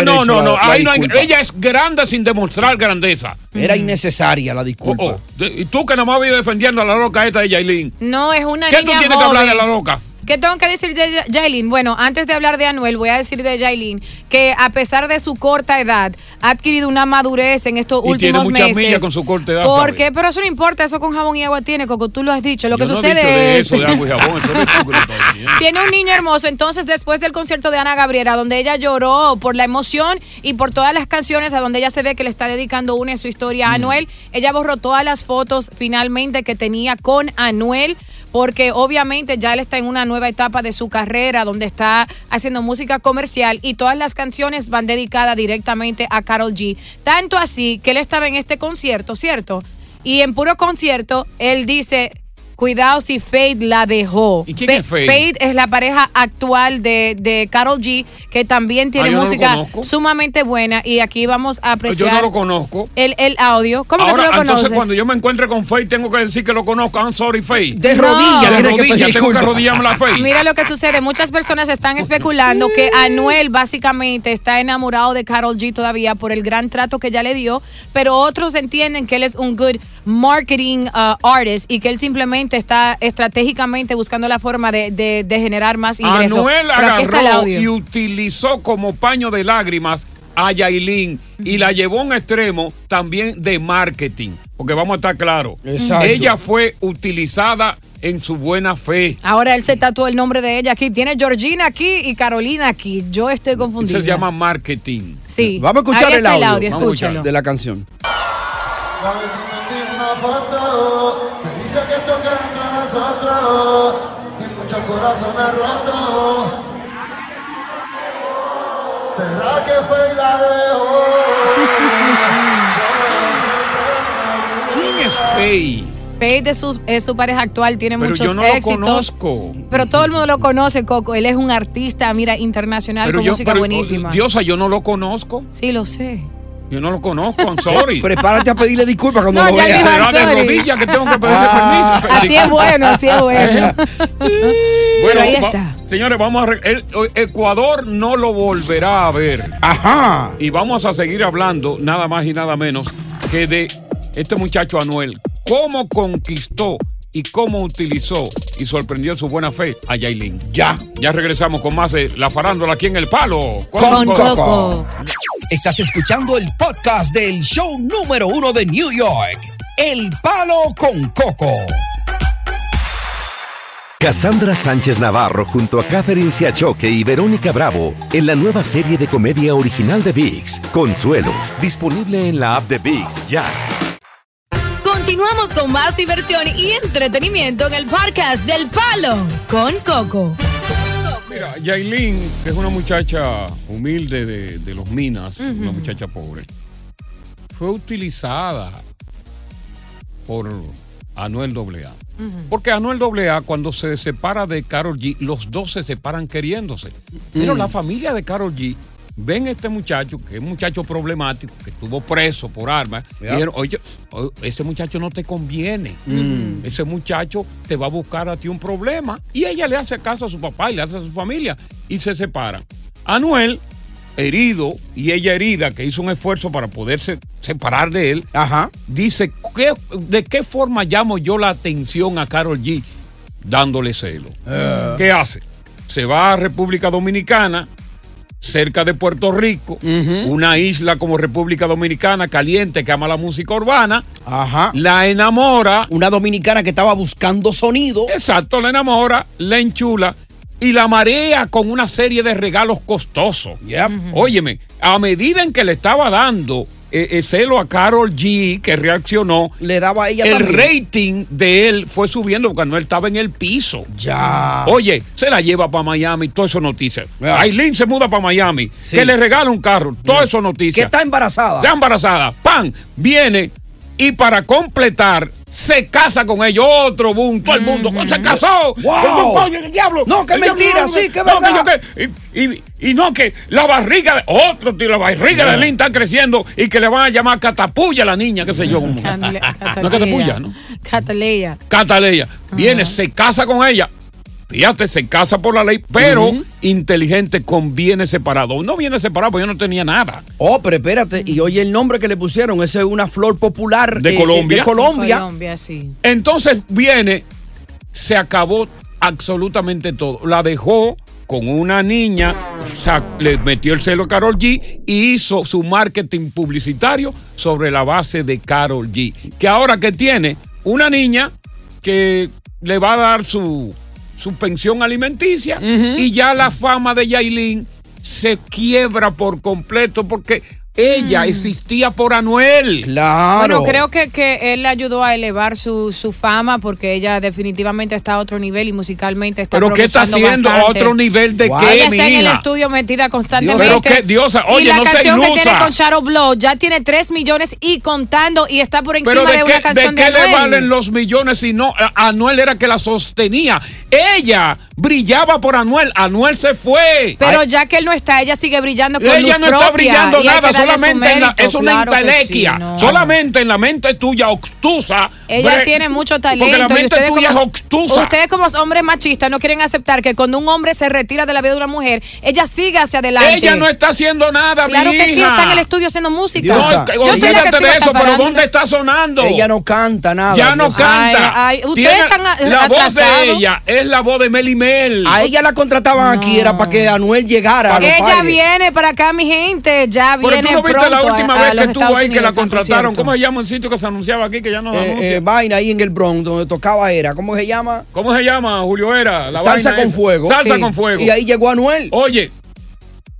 Speaker 8: no, no, no, ahí no hay- ella es grande sin demostrar grandeza. Oh,
Speaker 9: Era innecesaria la disculpa.
Speaker 8: De- Y tú que nomás vives defendiendo a la loca esta de Yailin.
Speaker 10: No, es una
Speaker 8: ¿Qué tú
Speaker 10: niña
Speaker 8: tienes que
Speaker 10: joven.
Speaker 8: hablar de la loca?
Speaker 10: ¿Qué tengo que decir de Ya- Yailin? Bueno, antes de hablar de Anuel, voy a decir de Yailin que a pesar de su corta edad, ha adquirido una madurez en estos
Speaker 8: Y
Speaker 10: últimos
Speaker 8: tiene muchas
Speaker 10: meses.
Speaker 8: millas con su corta edad.
Speaker 10: ¿Por
Speaker 8: ¿sabes?
Speaker 10: qué? Pero eso no importa, eso con jabón y agua tiene, Coco, tú lo has dicho.
Speaker 8: Yo
Speaker 10: Lo que
Speaker 8: no he
Speaker 10: sucede
Speaker 8: dicho de
Speaker 10: es...
Speaker 8: eso, de agua y jabón,
Speaker 10: (laughs)
Speaker 8: eso eres tú que lo estás diciendo.
Speaker 10: Tiene un niño hermoso. Entonces, después del concierto de Ana Gabriela, donde ella lloró por la emoción y por todas las canciones a donde ella se ve que le está dedicando una en su historia a Anuel, ella borró todas las fotos finalmente que tenía con Anuel, porque obviamente ya él está en una nueva etapa de su carrera, donde está haciendo música comercial y todas las canciones van dedicadas directamente a Carol G. Tanto así que él estaba en este concierto, ¿cierto? Y en puro concierto, él dice, Cuidado si Fade la dejó.
Speaker 8: ¿Y quién es Fade?
Speaker 10: es la pareja actual de, de Carol G, que también tiene
Speaker 8: Ah, yo no lo
Speaker 10: música
Speaker 8: conozco. Ah,
Speaker 10: sumamente buena. Y aquí vamos a
Speaker 8: Yo
Speaker 10: apreciar
Speaker 8: no lo conozco.
Speaker 10: el, el audio. ¿Cómo que
Speaker 8: Ahora,
Speaker 10: tú lo conoces?
Speaker 8: entonces cuando yo me encuentre con Faye, tengo que decir que lo conozco. I'm sorry, Faye.
Speaker 9: De rodillas,
Speaker 8: de
Speaker 9: tiene (laughs) que
Speaker 8: rodillas,
Speaker 9: pedir
Speaker 8: tengo que
Speaker 9: disculpas.
Speaker 8: arrodillarme la Faye.
Speaker 10: Mira lo que sucede. Muchas personas están especulando que Anuel básicamente está enamorado de Carol G todavía por el gran trato que ya le dio, pero otros entienden que él es un good marketing uh, artist y que él simplemente está estratégicamente buscando la forma de, de- de generar más ingresos.
Speaker 8: Anuel
Speaker 10: Pero aquí está el
Speaker 8: agarró
Speaker 10: audio.
Speaker 8: y utilizó como paño de lágrimas a Yailin y la llevó a un extremo también de marketing, porque vamos a estar claros.
Speaker 10: Exacto.
Speaker 8: Ella fue utilizada en su buena fe.
Speaker 10: Ahora él se tatuó el nombre de ella aquí. Tiene Georgina aquí y Carolina aquí. Yo estoy
Speaker 8: Eso
Speaker 10: confundida.
Speaker 8: se llama marketing.
Speaker 10: Sí.
Speaker 9: Vamos a escuchar
Speaker 10: Ahí
Speaker 9: el
Speaker 10: está
Speaker 9: audio,
Speaker 10: Vamos a escúchalo. escuchar.
Speaker 9: de la canción.
Speaker 14: Me dice que esto queda entre nosotros Y muchos corazones rotos ¿Será que fue y la dejó?
Speaker 8: ¿Quién es Faye?
Speaker 10: Faith es su, es su pareja actual, tiene
Speaker 8: Pero
Speaker 10: muchos
Speaker 8: yo no
Speaker 10: éxitos.
Speaker 8: lo conozco.
Speaker 10: Pero todo el mundo lo conoce, Coco. Él es un artista, mira, internacional
Speaker 8: Pero
Speaker 10: con
Speaker 8: yo,
Speaker 10: música
Speaker 8: pero,
Speaker 10: buenísima.
Speaker 8: Diosa, yo no lo conozco.
Speaker 10: Sí, lo sé.
Speaker 8: Yo no lo conozco, I'm
Speaker 9: (laughs)
Speaker 8: sorry.
Speaker 9: Prepárate a pedirle disculpas cuando
Speaker 10: No,
Speaker 9: lo
Speaker 10: ya
Speaker 9: veas.
Speaker 10: dijo, I'm
Speaker 8: Será de
Speaker 10: sorry.
Speaker 8: rodillas que tengo que pedirle permiso.
Speaker 10: Ah. Así es bueno, así es bueno.
Speaker 8: Bueno,
Speaker 10: ahí
Speaker 8: va-
Speaker 10: está.
Speaker 8: señores, vamos a re- el- el Ecuador no lo volverá a ver. Ajá. Y vamos a seguir hablando nada más y nada menos que de este muchacho Anuel. Cómo conquistó y cómo utilizó y sorprendió su buena fe a Yailin. Ya. Ya regresamos con más de La Farándula aquí en El Palo.
Speaker 6: Con Coco. Estás escuchando el podcast del show número uno de New York, El Palo con Coco.
Speaker 1: Cassandra Sánchez Navarro junto a Catherine Siachoque y Verónica Bravo en la nueva serie de comedia original de VIX, Consuelo, disponible en la app de VIX ya.
Speaker 8: Eh.
Speaker 7: Continuamos con más diversión y entretenimiento en el podcast del Palo con Coco.
Speaker 8: Mira, Yailin, que es una muchacha humilde de, de los Minas,
Speaker 7: Ujú.
Speaker 8: una muchacha pobre, fue utilizada por Anuel AA. Porque Anuel AA, cuando se separa de Carol G, los dos se separan queriéndose. Pero
Speaker 15: Mm.
Speaker 8: la familia de Carol G ven a este muchacho, que es un muchacho problemático, que estuvo preso por armas, y
Speaker 15: Ya.
Speaker 8: dijeron, oye, o- ese muchacho no te conviene.
Speaker 15: Mm.
Speaker 8: Ese muchacho te va a buscar a ti un problema. Y ella le hace caso a su papá y le hace a su familia. Y se separan. Anuel, herido, y ella herida, que hizo un esfuerzo para poderse separar de él, dice, "¿Qué- ¿de qué forma llamo yo la atención a Carol G? Dándole celo.
Speaker 9: Ah.
Speaker 15: Eh.
Speaker 8: ¿Qué hace? Se va a República Dominicana, cerca de Puerto Rico, una isla como República Dominicana, caliente, que ama la música urbana.
Speaker 9: Ajá.
Speaker 8: La enamora.
Speaker 9: Una dominicana que estaba buscando sonido.
Speaker 8: Exacto, la enamora, la enchula y la marea con una serie de regalos costosos. Óyeme, a medida en que le estaba dando eh, eh, celo a Carol G, que reaccionó,
Speaker 9: le daba a ella
Speaker 8: el
Speaker 9: también.
Speaker 8: rating de él fue subiendo cuando él estaba en el piso.
Speaker 9: Ya.
Speaker 8: Oye, se la lleva para Miami, todo eso noticias.
Speaker 9: Ya.
Speaker 8: Aileen se muda para Miami,
Speaker 9: Sí.
Speaker 8: que le regala un carro, todo eso noticias.
Speaker 9: Que está embarazada.
Speaker 8: Está embarazada. Pan, viene y para completar se casa con ellos. Otro boom, todo el mundo. ¡Se casó!
Speaker 15: Wow.
Speaker 8: ¡Coño, el diablo!
Speaker 15: No, que
Speaker 8: El diablo,
Speaker 15: mentira,
Speaker 8: no,
Speaker 15: sí, que
Speaker 8: no,
Speaker 15: verdad.
Speaker 8: yo que- y, y- y no, que la barriga de otro, tío, la barriga
Speaker 15: Ya.
Speaker 8: de Lynn está creciendo y que le van a llamar catapulla a la niña, qué sé yo. como- no, catapulla, ¿no?
Speaker 10: Cataleya.
Speaker 8: Cataleya. Viene, se casa con ella. Fíjate, se casa por la ley, pero inteligente conviene separado. No viene separado porque yo no tenía nada.
Speaker 9: Oh, pero espérate, y oye el nombre que le pusieron, esa es una flor popular
Speaker 8: De
Speaker 9: eh,
Speaker 8: Colombia.
Speaker 9: de Colombia.
Speaker 10: Colombia, sí.
Speaker 8: Entonces viene, se acabó absolutamente todo. La dejó con una niña, sa- le metió el celo a Carol G y hizo su marketing publicitario sobre la base de Carol G. Que ahora que tiene una niña que le va a dar su, su pensión alimenticia y ya la fama de Yailin se quiebra por completo porque Ella existía por Anuel.
Speaker 9: Claro.
Speaker 10: Bueno, creo que, que él le ayudó a elevar su, su fama porque ella definitivamente está a otro nivel y musicalmente está
Speaker 8: Pero ¿qué está
Speaker 10: progresando
Speaker 8: haciendo? ¿A
Speaker 10: bastante.
Speaker 8: otro nivel de
Speaker 10: Wow.
Speaker 8: qué,
Speaker 10: Ella está
Speaker 8: mi
Speaker 10: en el
Speaker 8: hija?
Speaker 10: estudio metida constantemente.
Speaker 8: Pero qué, diosa, oye,
Speaker 10: y la
Speaker 8: no sea
Speaker 10: canción que
Speaker 8: ilusa.
Speaker 10: tiene con Charo Blow ya tiene 3 millones y contando y está por encima
Speaker 8: Pero de,
Speaker 10: de,
Speaker 8: qué,
Speaker 10: una canción
Speaker 8: de qué le
Speaker 10: Anuel.
Speaker 8: valen los millones si no a- Anuel era que la sostenía? Ella brillaba por Anuel, Anuel se fue.
Speaker 10: Pero
Speaker 8: Ay,
Speaker 10: ya que él no está, ella sigue brillando con
Speaker 8: ella
Speaker 10: luz
Speaker 8: no está
Speaker 10: propia,
Speaker 8: brillando
Speaker 10: y hay que
Speaker 8: nada,
Speaker 10: darle su
Speaker 8: solamente en la-
Speaker 10: mérito,
Speaker 8: es una
Speaker 10: claro que sí,
Speaker 8: entelequia,
Speaker 10: no.
Speaker 8: solamente en la mente tuya obtusa.
Speaker 10: Ella
Speaker 8: bre-
Speaker 10: tiene mucho
Speaker 8: porque
Speaker 10: talento.
Speaker 8: la
Speaker 10: y
Speaker 8: mente
Speaker 10: ustedes,
Speaker 8: tuya
Speaker 10: como,
Speaker 8: es obtusa.
Speaker 10: ustedes como hombres machistas no quieren aceptar que cuando un hombre se retira de la vida de una mujer, ella siga hacia adelante.
Speaker 8: Ella no está haciendo nada,
Speaker 10: Claro
Speaker 8: mi
Speaker 10: que sí,
Speaker 8: hija.
Speaker 10: está en el estudio haciendo música.
Speaker 8: No,
Speaker 10: Yo soy la que
Speaker 8: olvídate
Speaker 10: sigo
Speaker 8: de eso, pero
Speaker 10: taparando.
Speaker 8: ¿dónde está sonando?
Speaker 9: Ella no canta nada.
Speaker 8: Ya no canta.
Speaker 10: Ay, ay, ustedes
Speaker 8: Tiene-
Speaker 10: están a-
Speaker 8: la voz
Speaker 10: atrasados.
Speaker 8: de ella es la voz de Meli Mel.
Speaker 9: A ella la contrataban aquí, era para que Anuel llegara. a los
Speaker 10: Ella
Speaker 9: bailes.
Speaker 10: viene para acá, mi gente. Ya
Speaker 8: Pero
Speaker 10: viene
Speaker 8: tú no viste
Speaker 10: pronto
Speaker 8: la
Speaker 10: a-
Speaker 8: última
Speaker 10: a
Speaker 8: vez
Speaker 10: los
Speaker 8: que estuvo
Speaker 10: Estados
Speaker 8: ahí que la
Speaker 10: Unidos a un
Speaker 8: contrataron.
Speaker 10: concierto.
Speaker 8: ¿Cómo se llama el sitio que se anunciaba aquí que ya no
Speaker 9: Eh, eh,
Speaker 8: anuncia?
Speaker 9: vaina ahí en el Bronx, donde tocaba era. ¿Cómo se llama?
Speaker 8: ¿Cómo se llama, Julio Era? La
Speaker 9: Salsa
Speaker 8: vaina
Speaker 9: con
Speaker 8: esa.
Speaker 9: fuego.
Speaker 8: Salsa
Speaker 9: Sí.
Speaker 8: con fuego.
Speaker 9: Y ahí llegó Anuel.
Speaker 8: Oye,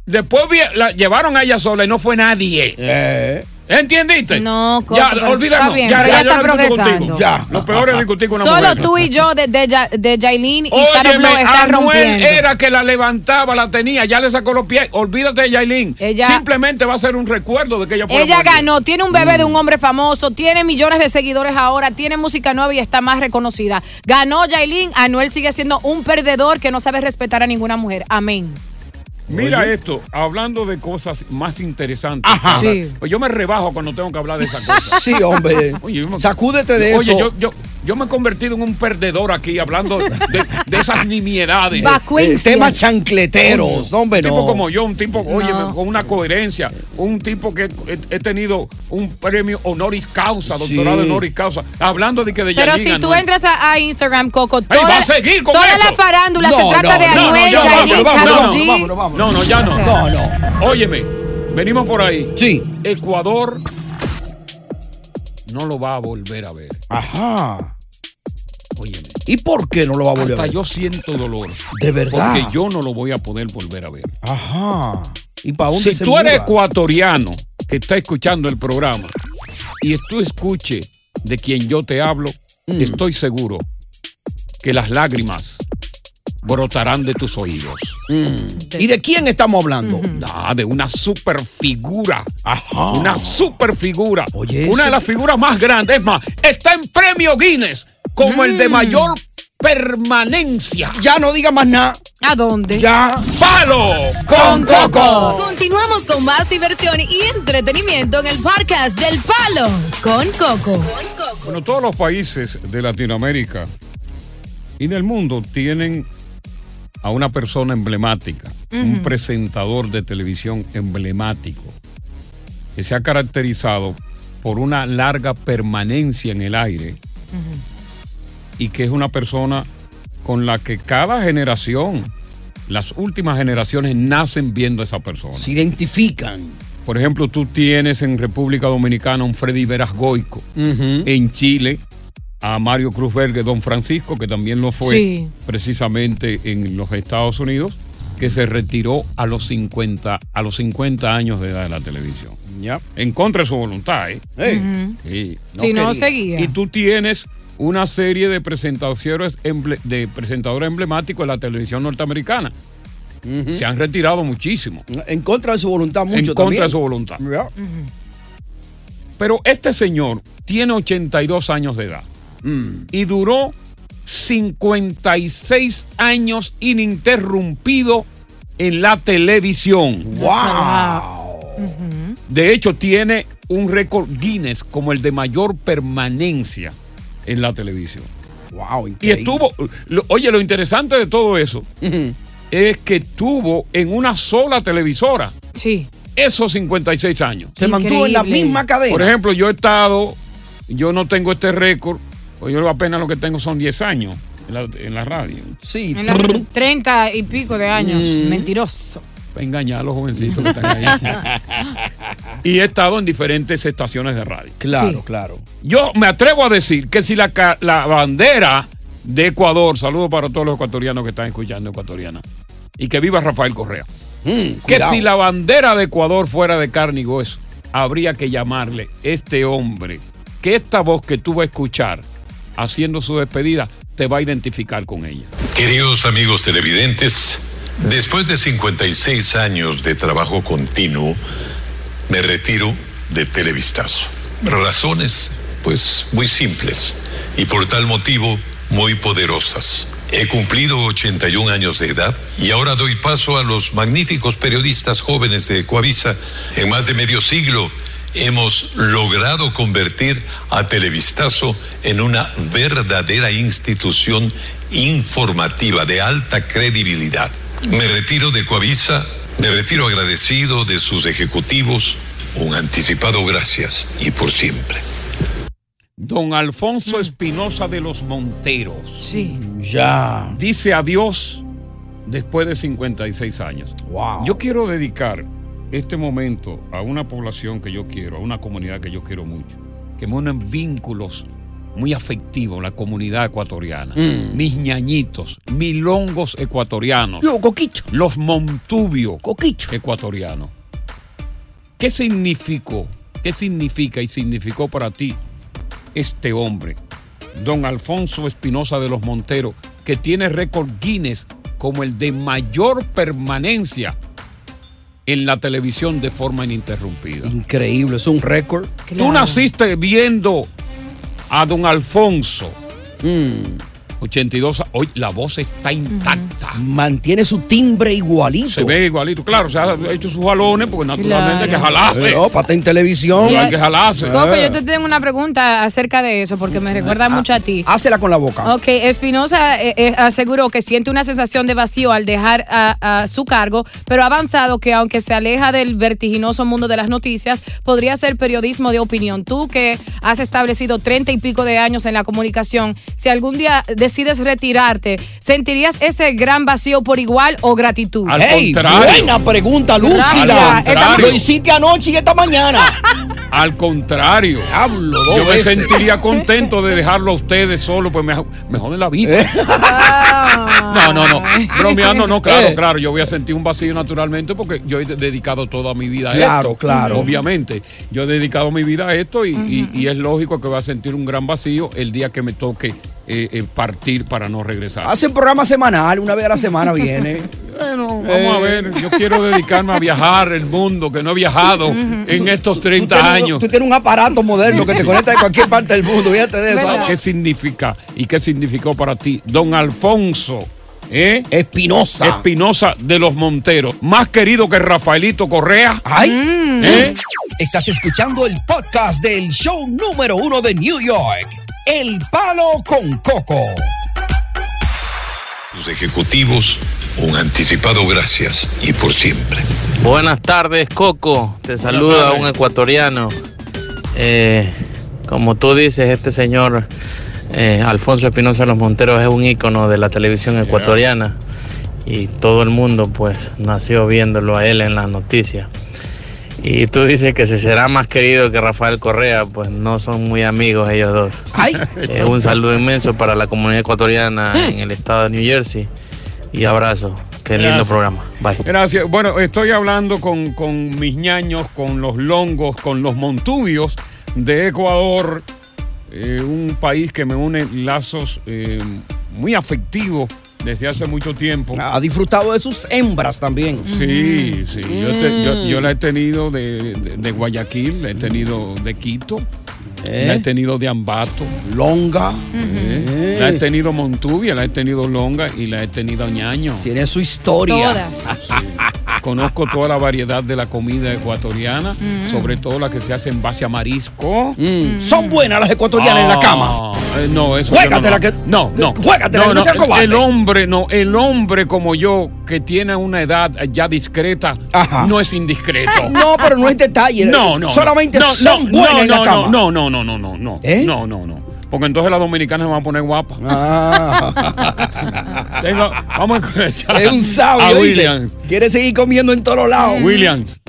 Speaker 8: después vi- la llevaron a ella sola y no fue nadie.
Speaker 9: Eh.
Speaker 8: ¿Entendiste?
Speaker 10: No, Coco,
Speaker 8: Ya,
Speaker 10: pero
Speaker 8: olvídalo.
Speaker 10: está bien,
Speaker 8: Ya,
Speaker 10: ya
Speaker 8: ya, yo
Speaker 10: está
Speaker 8: no discuto
Speaker 10: progresando.
Speaker 8: contigo. Ya, lo peor es discutir con una
Speaker 10: Solo
Speaker 8: mujer.
Speaker 10: tú y yo de, de, Ya- de Yailin y Sharon
Speaker 8: Óyeme,
Speaker 10: Blow está
Speaker 8: Anuel
Speaker 10: rompiendo.
Speaker 8: era que la levantaba, la tenía, ya le sacó los pies. Olvídate de Yailin.
Speaker 10: Ella-
Speaker 8: Simplemente va a ser un recuerdo de que ella fue.
Speaker 10: Ella ganó, tiene un bebé de un hombre famoso, tiene millones de seguidores ahora, tiene música nueva y está más reconocida. Ganó Yailin, Anuel sigue siendo un perdedor que no sabe respetar a ninguna mujer. Amén.
Speaker 8: Mira
Speaker 10: Oye.
Speaker 8: esto, hablando de cosas más interesantes.
Speaker 10: Ajá. Sí.
Speaker 8: Pues Yo me rebajo cuando tengo que hablar de esas cosas.
Speaker 9: Sí,
Speaker 8: (laughs)
Speaker 9: hombre. Sacúdete de
Speaker 8: Oye,
Speaker 9: eso.
Speaker 8: yo, yo, yo me he convertido en un perdedor aquí hablando de, de esas
Speaker 10: (laughs)
Speaker 8: nimiedades.
Speaker 9: Vacuencias. Eh, temas chancleteros. No, hombre,
Speaker 8: Un tipo
Speaker 9: no.
Speaker 8: como yo, un tipo, oye,
Speaker 9: No.
Speaker 8: con una coherencia, un tipo que he, he tenido un premio honoris causa, doctorado
Speaker 9: Sí.
Speaker 8: honoris causa, hablando de que de
Speaker 10: Pero
Speaker 8: Yailin,
Speaker 10: si tú
Speaker 8: Anuel.
Speaker 10: entras a, a Instagram, Coco,
Speaker 8: Ahí va
Speaker 10: toda,
Speaker 8: a seguir con
Speaker 10: toda
Speaker 8: eso.
Speaker 10: la farándula se trata de
Speaker 8: no,
Speaker 10: Anuel,
Speaker 8: ya,
Speaker 10: Yailin,
Speaker 8: vámonos,
Speaker 10: Karol
Speaker 8: vámonos,
Speaker 10: G.
Speaker 8: vámonos, vámonos. No, no, ya
Speaker 10: O
Speaker 8: no.
Speaker 10: sea.
Speaker 9: No, no.
Speaker 8: Óyeme, venimos por ahí.
Speaker 9: Sí.
Speaker 8: Ecuador no lo va a volver a ver.
Speaker 9: Ajá. ¿Y por qué no lo va a volver
Speaker 8: Hasta
Speaker 9: a ver?
Speaker 8: yo siento dolor.
Speaker 9: De verdad.
Speaker 8: Porque yo no lo voy a poder volver a ver.
Speaker 9: Ajá. ¿Y para dónde
Speaker 8: Si
Speaker 9: se
Speaker 8: tú eres
Speaker 9: muda?
Speaker 8: ecuatoriano que está escuchando el programa y tú escuche de quien yo te hablo,
Speaker 9: Mm.
Speaker 8: estoy seguro que las lágrimas brotarán de tus oídos.
Speaker 9: ¿Y de quién estamos hablando?
Speaker 8: Ah, de una super figura. Una super figura. una de las figuras más grandes. Es más, está en premio Guinness como el de mayor permanencia.
Speaker 9: Ya no diga más nada.
Speaker 10: ¿A dónde?
Speaker 9: Ya.
Speaker 8: ¡Palo! ¡Con Coco!
Speaker 7: Continuamos con más diversión y entretenimiento en el podcast del Palo con Coco.
Speaker 8: Bueno, todos los países de Latinoamérica y del mundo tienen a una persona emblemática, un
Speaker 15: Ujú.
Speaker 8: presentador de televisión emblemático, que se ha caracterizado por una larga permanencia en el aire y que es una persona con la que cada generación, las últimas generaciones nacen viendo a esa persona. Se
Speaker 9: identifican.
Speaker 8: Por ejemplo, tú tienes en República Dominicana un Freddy Veras Goico, en Chile a Mario Cruz Vergue, Don Francisco, que también lo fue
Speaker 10: Sí.
Speaker 8: precisamente en los Estados Unidos, que se retiró a los 50, a los 50 años de edad de la televisión. En contra de su voluntad, ¿eh?
Speaker 10: Ujú.
Speaker 8: Sí,
Speaker 10: Sí, no
Speaker 8: quería.
Speaker 10: seguía.
Speaker 8: Y tú tienes una serie de presentadores, emble- de presentadores emblemáticos de la televisión norteamericana. Se han retirado muchísimo.
Speaker 9: En contra de su voluntad, mucho
Speaker 8: En contra
Speaker 9: también.
Speaker 8: de su voluntad. Pero este señor tiene 82 años de edad y duró 56 años ininterrumpido en la televisión. De hecho, tiene un récord Guinness como el de mayor permanencia en la televisión.
Speaker 9: Wow,
Speaker 8: Y
Speaker 9: increíble.
Speaker 8: estuvo, lo- oye, lo interesante de todo eso es que estuvo en una sola televisora.
Speaker 10: Sí.
Speaker 8: Esos 56 años.
Speaker 9: Se mantuvo en la Increíble. misma cadena.
Speaker 8: Por ejemplo, yo he estado, yo no tengo este récord, o yo apenas lo que tengo son 10 años en la, en la radio.
Speaker 9: Sí.
Speaker 10: En la- 30 y pico de años.
Speaker 8: Mm.
Speaker 10: Mentiroso.
Speaker 8: Engañar a los jovencitos que
Speaker 9: (laughs)
Speaker 8: están ahí. y he estado en diferentes estaciones de radio.
Speaker 9: Claro, claro.
Speaker 8: Yo me atrevo a decir que si la, ca- la bandera de Ecuador, saludo para todos los ecuatorianos que están escuchando, ecuatoriana, y que viva Rafael Correa.
Speaker 9: Mm,
Speaker 8: que
Speaker 6: cuidado.
Speaker 8: si la bandera de Ecuador fuera de carne y hueso, habría que llamarle este hombre, que esta voz que tú vas a escuchar haciendo su despedida te va a identificar con ella.
Speaker 15: Queridos amigos televidentes, después de 56 años de trabajo continuo, me retiro de Televistazo. Razones, pues, muy simples y por tal motivo muy poderosas. He cumplido 81 años de edad y ahora doy paso a los magníficos periodistas jóvenes de Coavisa. En más de medio siglo hemos logrado convertir a Televistazo en una verdadera institución informativa de alta credibilidad. Me retiro de Coavisa, me retiro agradecido de sus ejecutivos, un anticipado gracias y por siempre.
Speaker 8: Don Alfonso Espinosa de los Monteros.
Speaker 7: Sí.
Speaker 8: Ya. Dice adiós después de 56 años.
Speaker 9: Wow.
Speaker 8: Yo quiero dedicar este momento a una población que yo quiero, a una comunidad que yo quiero mucho, que me unen vínculos muy afectivos, la comunidad ecuatoriana.
Speaker 9: Mm.
Speaker 8: Mis ñañitos, milongos ecuatorianos.
Speaker 9: Yo, Coquicho.
Speaker 8: Los Montubio ecuatorianos. ¿Qué significó? ¿Qué significa y significó para ti este hombre, don Alfonso Espinosa de los Monteros, que tiene récord Guinness como el de mayor permanencia en la televisión de forma ininterrumpida?
Speaker 9: Increíble, es un récord.
Speaker 8: Tú naciste viendo a don Alfonso.
Speaker 9: Mm.
Speaker 8: 82, hoy la voz está intacta.
Speaker 9: Mantiene su timbre igualito.
Speaker 8: Se ve igualito, claro, se ha hecho sus jalones porque naturalmente hay que jalarse.
Speaker 9: No, para estar en televisión. Eh.
Speaker 8: Hay que jalarse.
Speaker 10: Coco, yo te tengo una pregunta acerca de eso porque me
Speaker 8: Ah.
Speaker 10: recuerda mucho a ti.
Speaker 9: Hácela con la boca.
Speaker 10: Ok, Espinosa eh, eh, aseguró que siente una sensación de vacío al dejar a, a su cargo, pero ha avanzado que aunque se aleja del vertiginoso mundo de las noticias, podría ser periodismo de opinión. Tú que has establecido treinta y pico de años en la comunicación, si algún día decides retirarte, ¿sentirías ese gran vacío por igual o gratitud?
Speaker 8: Al
Speaker 9: Ey,
Speaker 8: contrario.
Speaker 9: Buena pregunta,
Speaker 8: Gracias.
Speaker 9: Lúcida.
Speaker 8: Al contrario.
Speaker 9: Lo hiciste anoche y esta mañana.
Speaker 8: Al contrario.
Speaker 9: dos
Speaker 8: Yo me
Speaker 9: veces. (laughs)
Speaker 8: sentiría contento de dejarlo a ustedes solo, pues me, me joden la vida. No, no, no. Bromeando,
Speaker 9: (laughs)
Speaker 8: no,
Speaker 9: Eh.
Speaker 8: claro, claro. Yo voy a sentir un vacío naturalmente porque yo he de- dedicado toda mi vida a
Speaker 9: Claro,
Speaker 8: esto.
Speaker 9: claro.
Speaker 8: Obviamente. Yo he dedicado mi vida a esto y, y- y es lógico que voy a sentir un gran vacío el día que me toque eh, eh, partir para no regresar.
Speaker 9: Hacen programa semanal, una vez a la semana viene.
Speaker 8: (laughs)
Speaker 9: Eh,
Speaker 8: Bueno, Vamos a ver, yo quiero dedicarme a viajar el mundo, que no he viajado en estos 30 años.
Speaker 9: Tú tienes un aparato moderno que te
Speaker 8: (laughs)
Speaker 9: conecta de cualquier parte del mundo, fíjate de eso.
Speaker 8: ¿Qué significa y qué significó para ti don Alfonso? ¿eh?
Speaker 9: Espinosa.
Speaker 8: Espinosa de los Monteros. Más querido que Rafaelito Correa.
Speaker 6: ¡Ay!
Speaker 8: ¿Eh?
Speaker 6: Estás escuchando el podcast del show número uno de New York, El Palo con Coco.
Speaker 15: Sus ejecutivos, un anticipado gracias y por siempre.
Speaker 16: Buenas tardes, Coco. Te saluda un ecuatoriano. Eh, como tú dices, este señor eh, Alfonso Espinosa de los Monteros es un ícono de la televisión ecuatoriana y todo el mundo pues nació viéndolo a él en las noticias. Y tú dices que se será más querido que Rafael Correa, pues no son muy amigos ellos dos. Eh, un saludo inmenso para la comunidad ecuatoriana en el estado de New Jersey y abrazo. Qué lindo
Speaker 8: Gracias.
Speaker 16: programa. Bye.
Speaker 8: Gracias. Bueno, estoy hablando con, con mis ñaños, con los longos, con los montubios de Ecuador, eh, un país que me une lazos eh, muy afectivos desde hace mucho tiempo.
Speaker 9: Ha disfrutado de sus hembras también.
Speaker 8: Sí, sí. Yo, te- yo- yo la he tenido de, de- de Guayaquil, la he tenido de Quito, la he tenido de Ambato.
Speaker 9: Eh. Longa.
Speaker 8: eh, La he tenido Montubia, la he tenido Longa y la he tenido Ñaño.
Speaker 9: Tiene su historia.
Speaker 10: Todas.
Speaker 8: Conozco toda la variedad de la comida ecuatoriana, sobre todo la que se hace en base a marisco.
Speaker 9: Son buenas las ecuatorianas en la cama.
Speaker 8: Eh, no, eso
Speaker 9: Juégatela
Speaker 8: yo no, no. No, no.
Speaker 9: juégatela,
Speaker 8: No,
Speaker 9: no seas
Speaker 8: el-
Speaker 9: cobarde.
Speaker 8: El hombre, no. El hombre como yo, que tiene una edad ya discreta, no es indiscreto.
Speaker 9: No, pero no es detalle.
Speaker 8: No, no.
Speaker 9: Solamente
Speaker 8: no,
Speaker 9: son
Speaker 8: no,
Speaker 9: buenas
Speaker 8: no,
Speaker 9: en la
Speaker 8: no,
Speaker 9: cama. ¿Eh?
Speaker 8: No, no, no, no, no, no. No, no, no. Porque entonces las dominicanas se van a poner guapas. (laughs) Tengo- vamos a escuchar
Speaker 9: Ah. Es un sabio,
Speaker 8: a Mm.
Speaker 9: ¿oíste?
Speaker 8: Williams.
Speaker 9: Quiere seguir comiendo en todos lados.
Speaker 8: Williams.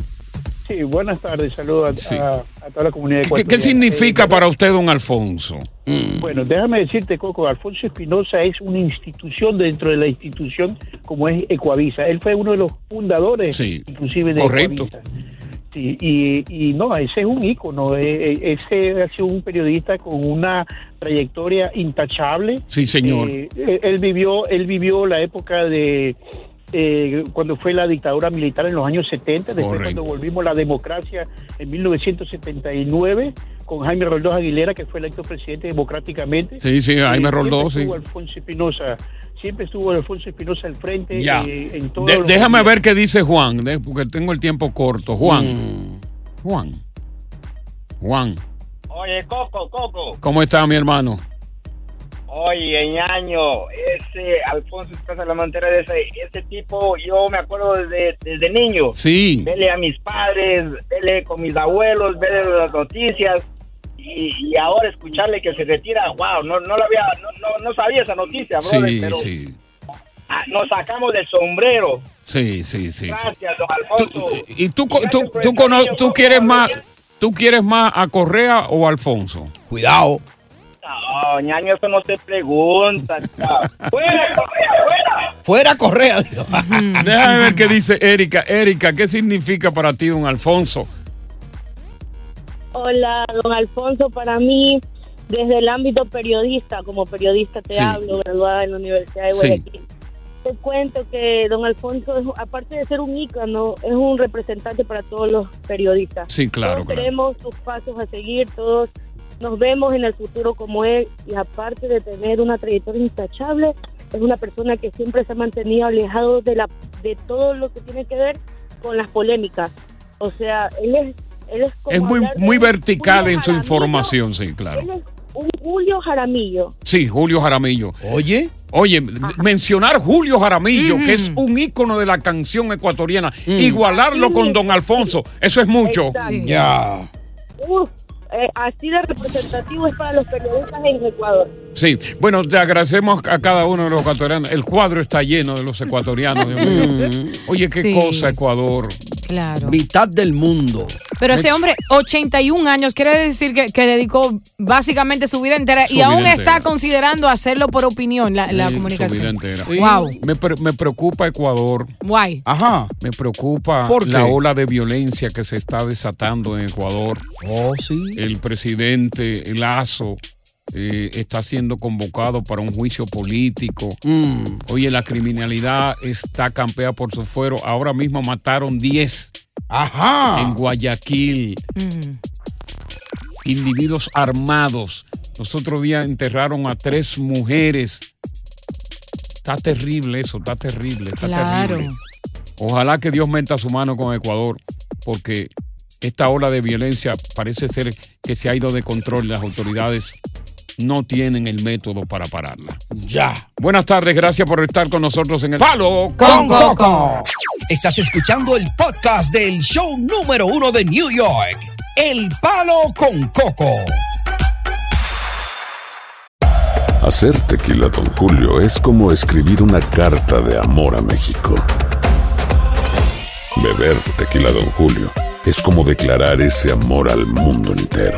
Speaker 12: Sí, buenas tardes, saludos a, a a toda la comunidad
Speaker 8: ¿Qué, qué
Speaker 12: ecuatoriana.
Speaker 8: significa para usted, don Alfonso?
Speaker 12: Bueno, déjame decirte, Coco, Alfonso Espinosa es una institución dentro de la institución como es Ecuavisa. Él fue uno de los fundadores, inclusive de
Speaker 8: correcto.
Speaker 12: Ecuavisa. Sí, y, y no, ese es un ícono, e- e- ese ha sido un periodista con una trayectoria intachable.
Speaker 8: Sí, señor.
Speaker 12: Eh, eh, él vivió, él vivió la época de eh, cuando fue la dictadura militar en los años 70, después cuando volvimos a la democracia en 1979 con Jaime Roldós Aguilera, que fue electo presidente democráticamente.
Speaker 8: Sí, sí,
Speaker 12: Eh,
Speaker 8: Jaime
Speaker 12: siempre
Speaker 8: Roldós, sí.
Speaker 12: estuvo Alfonso Espinosa, siempre estuvo Alfonso Espinosa al frente
Speaker 8: Ya.
Speaker 12: eh, en todo.
Speaker 8: De- déjame ver qué dice Juan, de- porque tengo el tiempo corto. Juan.
Speaker 9: Mm.
Speaker 8: Juan. Juan.
Speaker 17: (laughs) Oye, Coco, Coco.
Speaker 8: ¿Cómo está mi hermano?
Speaker 17: Oye, ñaño, ese Alfonso Espinosa la Montera, ese, ese tipo, yo me acuerdo desde, desde niño.
Speaker 8: Sí.
Speaker 17: Vele a mis padres, vele con mis abuelos, vele las noticias. Y, y ahora escucharle que se retira, wow, no, no lo había, no, no, no sabía esa noticia, brother,
Speaker 8: Sí,
Speaker 17: pero
Speaker 8: sí,
Speaker 17: ah, nos sacamos del sombrero.
Speaker 8: sí, sí, sí. sí.
Speaker 17: Gracias, don Alfonso.
Speaker 8: ¿Y tú, co- tú, tú, cono- tú quieres más, tú quieres más a Correa o a Alfonso? Cuidado.
Speaker 17: No, Ah, ñaño, eso no se pregunta. chao. ¡Fuera, Correa, fuera!
Speaker 8: Fuera Correa. (laughs) Déjame ver qué dice Erika. Erika, ¿qué significa para ti don Alfonso?
Speaker 18: Hola, don Alfonso. Para mí, desde el ámbito periodista, como periodista te
Speaker 19: Sí.
Speaker 18: hablo, graduada en la Universidad de
Speaker 19: Sí.
Speaker 18: Guayaquil, te cuento que don Alfonso, es- aparte de ser un ícono, es un representante para todos los periodistas.
Speaker 8: Sí, claro,
Speaker 18: Todos
Speaker 8: claro.
Speaker 18: tenemos sus pasos a seguir, todos nos vemos en el futuro como él, y aparte de tener una trayectoria intachable, es una persona que siempre se ha mantenido alejado de, la, de todo lo que tiene que ver con las polémicas. O sea, él es... Él es, como
Speaker 8: Es muy,
Speaker 18: hablar de
Speaker 8: muy
Speaker 18: un
Speaker 8: vertical
Speaker 18: Julio
Speaker 8: en su
Speaker 18: Jaramillo.
Speaker 8: información, sí, claro.
Speaker 18: Él es un Julio Jaramillo.
Speaker 8: Sí, Julio Jaramillo. Oye. Oye, d-
Speaker 18: Ah.
Speaker 8: mencionar Julio Jaramillo, que es un ícono de la canción ecuatoriana, igualarlo con don Alfonso, eso es mucho.
Speaker 18: Exacto. Uf, eh, así de representativo es para los periodistas en Ecuador.
Speaker 8: Sí, bueno, te agradecemos a cada uno de los ecuatorianos. El cuadro está lleno de los ecuatorianos. Dios mío. Oye, qué
Speaker 10: Mm. Sí.
Speaker 8: cosa, Ecuador.
Speaker 10: Claro.
Speaker 8: Mitad del mundo.
Speaker 10: Pero ese hombre, 81 años, quiere decir que, que dedicó básicamente su vida entera
Speaker 8: Su
Speaker 10: y
Speaker 8: vida
Speaker 10: aún está
Speaker 8: entera.
Speaker 10: considerando hacerlo por opinión,
Speaker 8: Sí,
Speaker 10: la, la
Speaker 8: su vida
Speaker 10: comunicación.
Speaker 8: entera.
Speaker 10: Wow.
Speaker 8: Me, pre- me preocupa Ecuador.
Speaker 10: Guay.
Speaker 8: Ajá. Me preocupa
Speaker 10: ¿Por
Speaker 8: la
Speaker 10: qué?
Speaker 8: ola de violencia que se está desatando en Ecuador. Oh, sí. El presidente Lazo eh, está siendo convocado para un juicio político. Oye, la criminalidad está campeada por su fuero. Ahora mismo mataron 10. Ajá. En Guayaquil individuos armados. Los otros días enterraron a tres mujeres. Está terrible eso, está terrible, está
Speaker 10: Claro.
Speaker 8: terrible. Ojalá que Dios meta su mano con Ecuador, porque esta ola de violencia parece ser que se ha ido de control. Las autoridades no tienen el método para pararla. Ya. Buenas tardes, gracias por estar con nosotros en el Palo
Speaker 6: con Coco. Estás escuchando el podcast del show número uno de New York, El Palo con Coco.
Speaker 20: Hacer tequila, Don Julio, es como escribir una carta de amor a México. Beber tequila, Don Julio, es como declarar ese amor al mundo entero.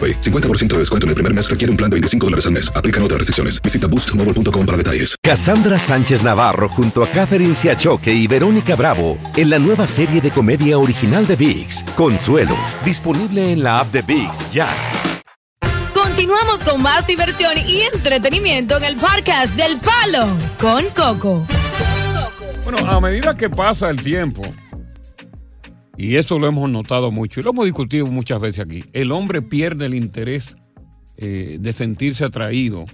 Speaker 21: 50% de descuento en el primer mes requiere un plan de 25 dólares al mes. Aplican otras restricciones. Visita boostmobile.com para detalles.
Speaker 1: Cassandra Sánchez Navarro junto a Catherine Siachoque y Verónica Bravo en la nueva serie de comedia original de VIX, Consuelo, disponible en la app de VIX ya.
Speaker 7: Continuamos con más diversión y entretenimiento en el podcast del Palo con Coco.
Speaker 8: Bueno, a medida que pasa el tiempo Y eso lo hemos notado mucho y lo hemos discutido muchas veces aquí. El hombre pierde el interés eh, de sentirse atraído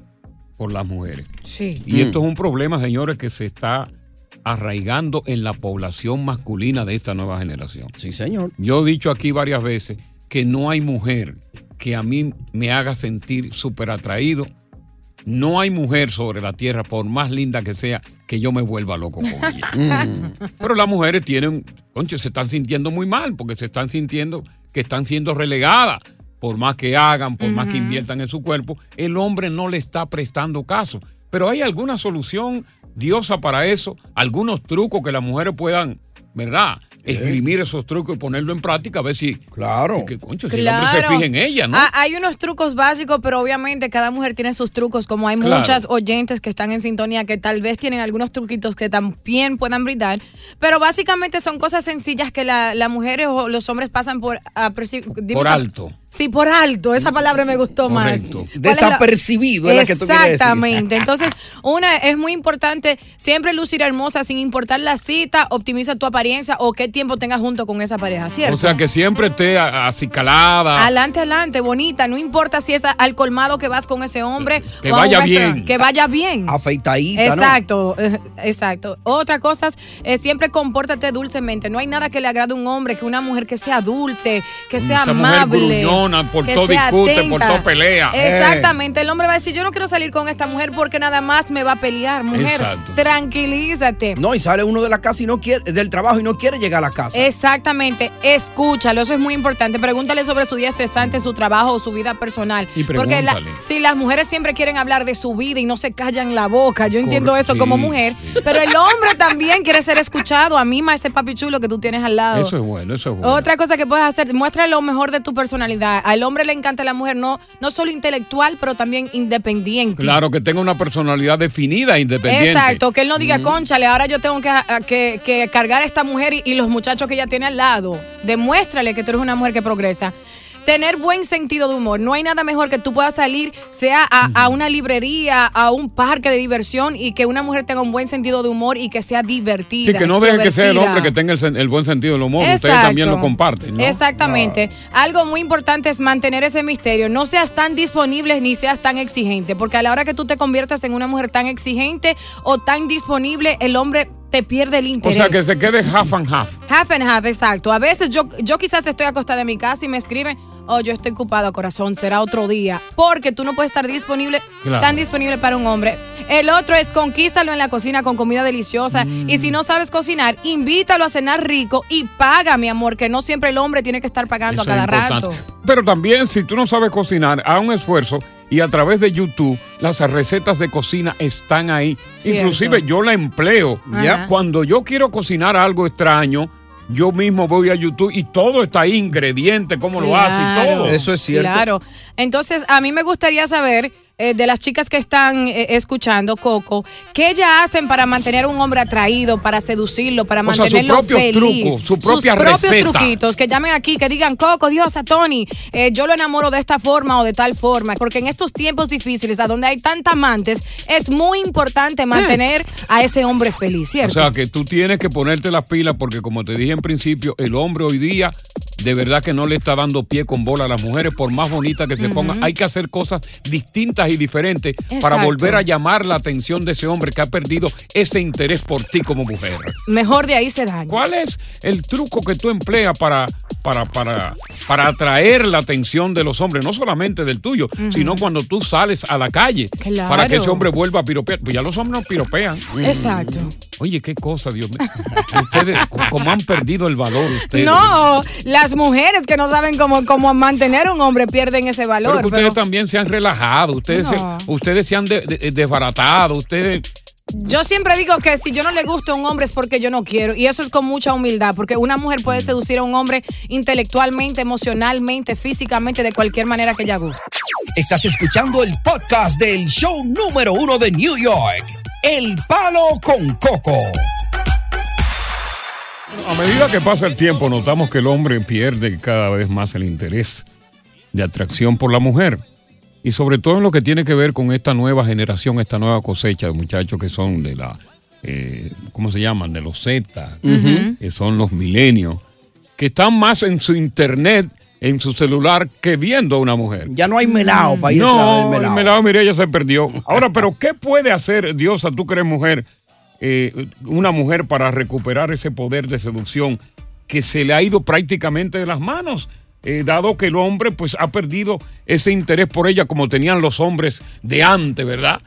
Speaker 8: por las mujeres.
Speaker 10: Sí.
Speaker 9: Mm.
Speaker 8: Y esto es un problema, señores, que se está arraigando en la población masculina de esta nueva generación.
Speaker 9: Sí, señor.
Speaker 8: Yo he dicho aquí varias veces que no hay mujer que a mí me haga sentir súper atraído. No hay mujer sobre la tierra, por más linda que sea, que yo me vuelva loco
Speaker 20: (laughs)
Speaker 8: con ella.
Speaker 20: Mm.
Speaker 8: Pero las mujeres tienen, conche, se están sintiendo muy mal porque se están sintiendo que están siendo relegadas. Por más que hagan, por más que inviertan en su cuerpo, el hombre no le está prestando caso. Pero hay alguna solución diosa para eso, algunos trucos que las mujeres puedan, ¿verdad? Esgrimir esos trucos y ponerlo en práctica, a ver si. Claro. Que, concho, Pues si el hombre se fija en ella, ¿no?
Speaker 10: Ah, hay unos trucos básicos, pero obviamente cada mujer tiene sus trucos, como hay
Speaker 8: Claro.
Speaker 10: muchas oyentes que están en sintonía que tal vez tienen algunos truquitos que también puedan brindar. Pero básicamente son cosas sencillas que la- las mujeres o los hombres pasan por aperci- dime
Speaker 8: por
Speaker 10: esa-
Speaker 8: alto.
Speaker 10: Sí, por alto, esa palabra me gustó
Speaker 8: Correcto.
Speaker 10: más. ¿Cuál es la-
Speaker 9: Desapercibido es la que tú quieres decir.
Speaker 10: Exactamente. Entonces, una es muy importante siempre lucir hermosa sin importar la cita, optimiza tu apariencia o qué tiempo tengas junto con esa pareja, ¿cierto?
Speaker 8: O sea, que siempre esté a- a- acicalada.
Speaker 10: Adelante, adelante, bonita. No importa si es a- al colmado que vas con ese hombre.
Speaker 8: Que
Speaker 10: o a un
Speaker 8: vaya
Speaker 10: restaurante,
Speaker 8: bien.
Speaker 10: Que vaya bien.
Speaker 9: Afeitadita, ¿no?
Speaker 10: Exacto, eh, exacto. Otra cosa, es eh, siempre compórtate dulcemente. No hay nada que le agrade a un hombre que una mujer que sea dulce, que sea
Speaker 8: Esa mujer
Speaker 10: amable.
Speaker 8: gruñona, por
Speaker 10: que
Speaker 8: todo
Speaker 10: sea
Speaker 8: discute, por
Speaker 10: atenta.
Speaker 8: todo pelea.
Speaker 10: Exactamente. El hombre va a decir, yo no quiero salir con esta mujer porque nada más me va a pelear. Mujer,
Speaker 9: Exacto.
Speaker 10: tranquilízate.
Speaker 9: No, y sale uno de la casa y no quiere, del trabajo y no quiere llegar a la casa.
Speaker 10: Exactamente, escúchalo, eso es muy importante. Pregúntale sobre su día estresante, su trabajo o su vida personal.
Speaker 9: Y
Speaker 10: Porque la-
Speaker 9: pregúntale.
Speaker 10: si las mujeres siempre quieren hablar de su vida y no se callan la boca, yo entiendo
Speaker 8: Cor-
Speaker 10: eso
Speaker 8: sí,
Speaker 10: como mujer, pero el hombre también quiere ser escuchado. A mí más ese papi chulo que tú tienes al lado.
Speaker 8: Eso es bueno, eso es bueno.
Speaker 10: Otra cosa que puedes hacer, muestra lo mejor de tu personalidad. Al hombre le encanta la mujer, no, no solo intelectual, pero también independiente.
Speaker 8: Claro, que tenga una personalidad definida, e independiente.
Speaker 10: Exacto, que él no diga,
Speaker 8: Mm.
Speaker 10: conchale, ahora yo tengo que, a- que- que cargar a esta mujer y, y los muchachos que ella tiene al lado. Demuéstrale que tú eres una mujer que progresa. Tener buen sentido de humor. No hay nada mejor que tú puedas salir, sea a, a una librería, a un parque de diversión y que una mujer tenga un buen sentido de humor y que sea divertida.
Speaker 8: Sí, que no dejen que sea el
Speaker 10: extrovertida.
Speaker 8: hombre que tenga el, sen- el buen sentido del humor. Ustedes
Speaker 10: Exacto.
Speaker 8: también lo comparten, ¿no?
Speaker 10: Exactamente. Algo muy importante es mantener ese misterio. No seas tan disponible ni seas tan exigente, porque a la hora que tú te conviertas en una mujer tan exigente o tan disponible, el hombre te pierde el
Speaker 8: O
Speaker 10: interés.
Speaker 8: sea, que se quede half and half.
Speaker 10: Half and half, exacto. A veces yo, yo quizás estoy acostada en mi casa y me escriben, oh, yo estoy ocupada, corazón, será otro día. Porque tú no puedes estar disponible,
Speaker 2: Claro.
Speaker 10: tan disponible para un hombre. El otro es conquístalo en la cocina con comida deliciosa. Y
Speaker 8: Mm.
Speaker 10: si no sabes cocinar, invítalo a cenar rico y paga, mi amor, que no siempre el hombre tiene que estar pagando
Speaker 8: Eso
Speaker 10: a
Speaker 8: es
Speaker 10: cada rato.
Speaker 8: importante. Pero también, si tú no sabes cocinar, haz un esfuerzo y a través de YouTube las recetas de cocina están ahí.
Speaker 19: Cierto.
Speaker 8: Inclusive yo la empleo.
Speaker 19: Ajá.
Speaker 8: Cuando yo quiero cocinar algo extraño, yo mismo voy a YouTube y todo está ahí, ingredientes, cómo lo hace y
Speaker 10: Claro,
Speaker 8: todo.
Speaker 10: Claro. Entonces, a mí me gustaría saber eh, de las chicas que están eh, escuchando, Coco, ¿qué ellas hacen para mantener a un hombre atraído, para seducirlo, para
Speaker 8: O sea, su
Speaker 10: mantenerlo
Speaker 8: propio
Speaker 10: feliz?
Speaker 8: truco, su propia
Speaker 10: Sus propios
Speaker 8: receta.
Speaker 10: truquitos, que llamen aquí, que digan, Coco, Dios, a Tony, eh, yo lo enamoro de esta forma o de tal forma. Porque en estos tiempos difíciles, a donde hay tantas amantes, es muy importante mantener a ese hombre feliz,
Speaker 8: Eh. O
Speaker 10: ¿cierto?
Speaker 8: sea que tú tienes que ponerte las pilas porque como te dije en principio, el hombre hoy día de verdad que no le está dando pie con bola a las mujeres, por más bonita que se ponga, hay que hacer cosas distintas y diferentes para
Speaker 10: Exacto.
Speaker 8: volver a llamar la atención de ese hombre que ha perdido ese interés por ti como mujer.
Speaker 10: Mejor de ahí se daña.
Speaker 8: ¿Cuál es el truco que tú empleas para, para, para, para atraer la atención de los hombres? No solamente del tuyo, sino cuando tú sales a la calle para que
Speaker 10: Claro.
Speaker 8: ese hombre vuelva a piropear. Pues ya los hombres no piropean.
Speaker 10: Exacto.
Speaker 8: Oye, qué cosa, Dios mío. (laughs) Ustedes, co- como han perdido el valor ustedes.
Speaker 10: No, las mujeres que no saben cómo, cómo mantener un hombre pierden ese
Speaker 8: Pero
Speaker 10: valor.
Speaker 8: que ustedes también se han relajado, ustedes,
Speaker 10: No.
Speaker 8: se, ustedes se han de- de- desbaratado, ustedes...
Speaker 10: pero yo siempre digo que si yo no le gusto a un hombre es porque yo no quiero. Y eso es con mucha humildad, porque una mujer
Speaker 8: Mm.
Speaker 10: puede seducir a un hombre intelectualmente, emocionalmente, físicamente, de cualquier manera que ella guste.
Speaker 6: Estás escuchando el podcast del show número uno de New York, El Palo con Coco.
Speaker 8: A medida que pasa el tiempo, notamos que el hombre pierde cada vez más el interés de atracción por la mujer. Y sobre todo en lo que tiene que ver con esta nueva generación, esta nueva cosecha de muchachos que son de la, eh, ¿cómo se llaman? De los Z,
Speaker 19: Ujú.
Speaker 8: que son los milenios. que están más en su internet, en su celular, que viendo a una mujer.
Speaker 9: Ya no hay melao para ir
Speaker 8: no,
Speaker 9: atrás del melao.
Speaker 8: el melao, mire, ella
Speaker 9: (laughs)
Speaker 8: se perdió. Ahora, pero ¿qué puede hacer Diosa, tú que eres mujer, eh, una mujer para recuperar ese poder de seducción que se le ha ido prácticamente de las manos? eh, dado que el hombre pues ha perdido ese interés por ella como tenían los hombres de antes, ¿verdad?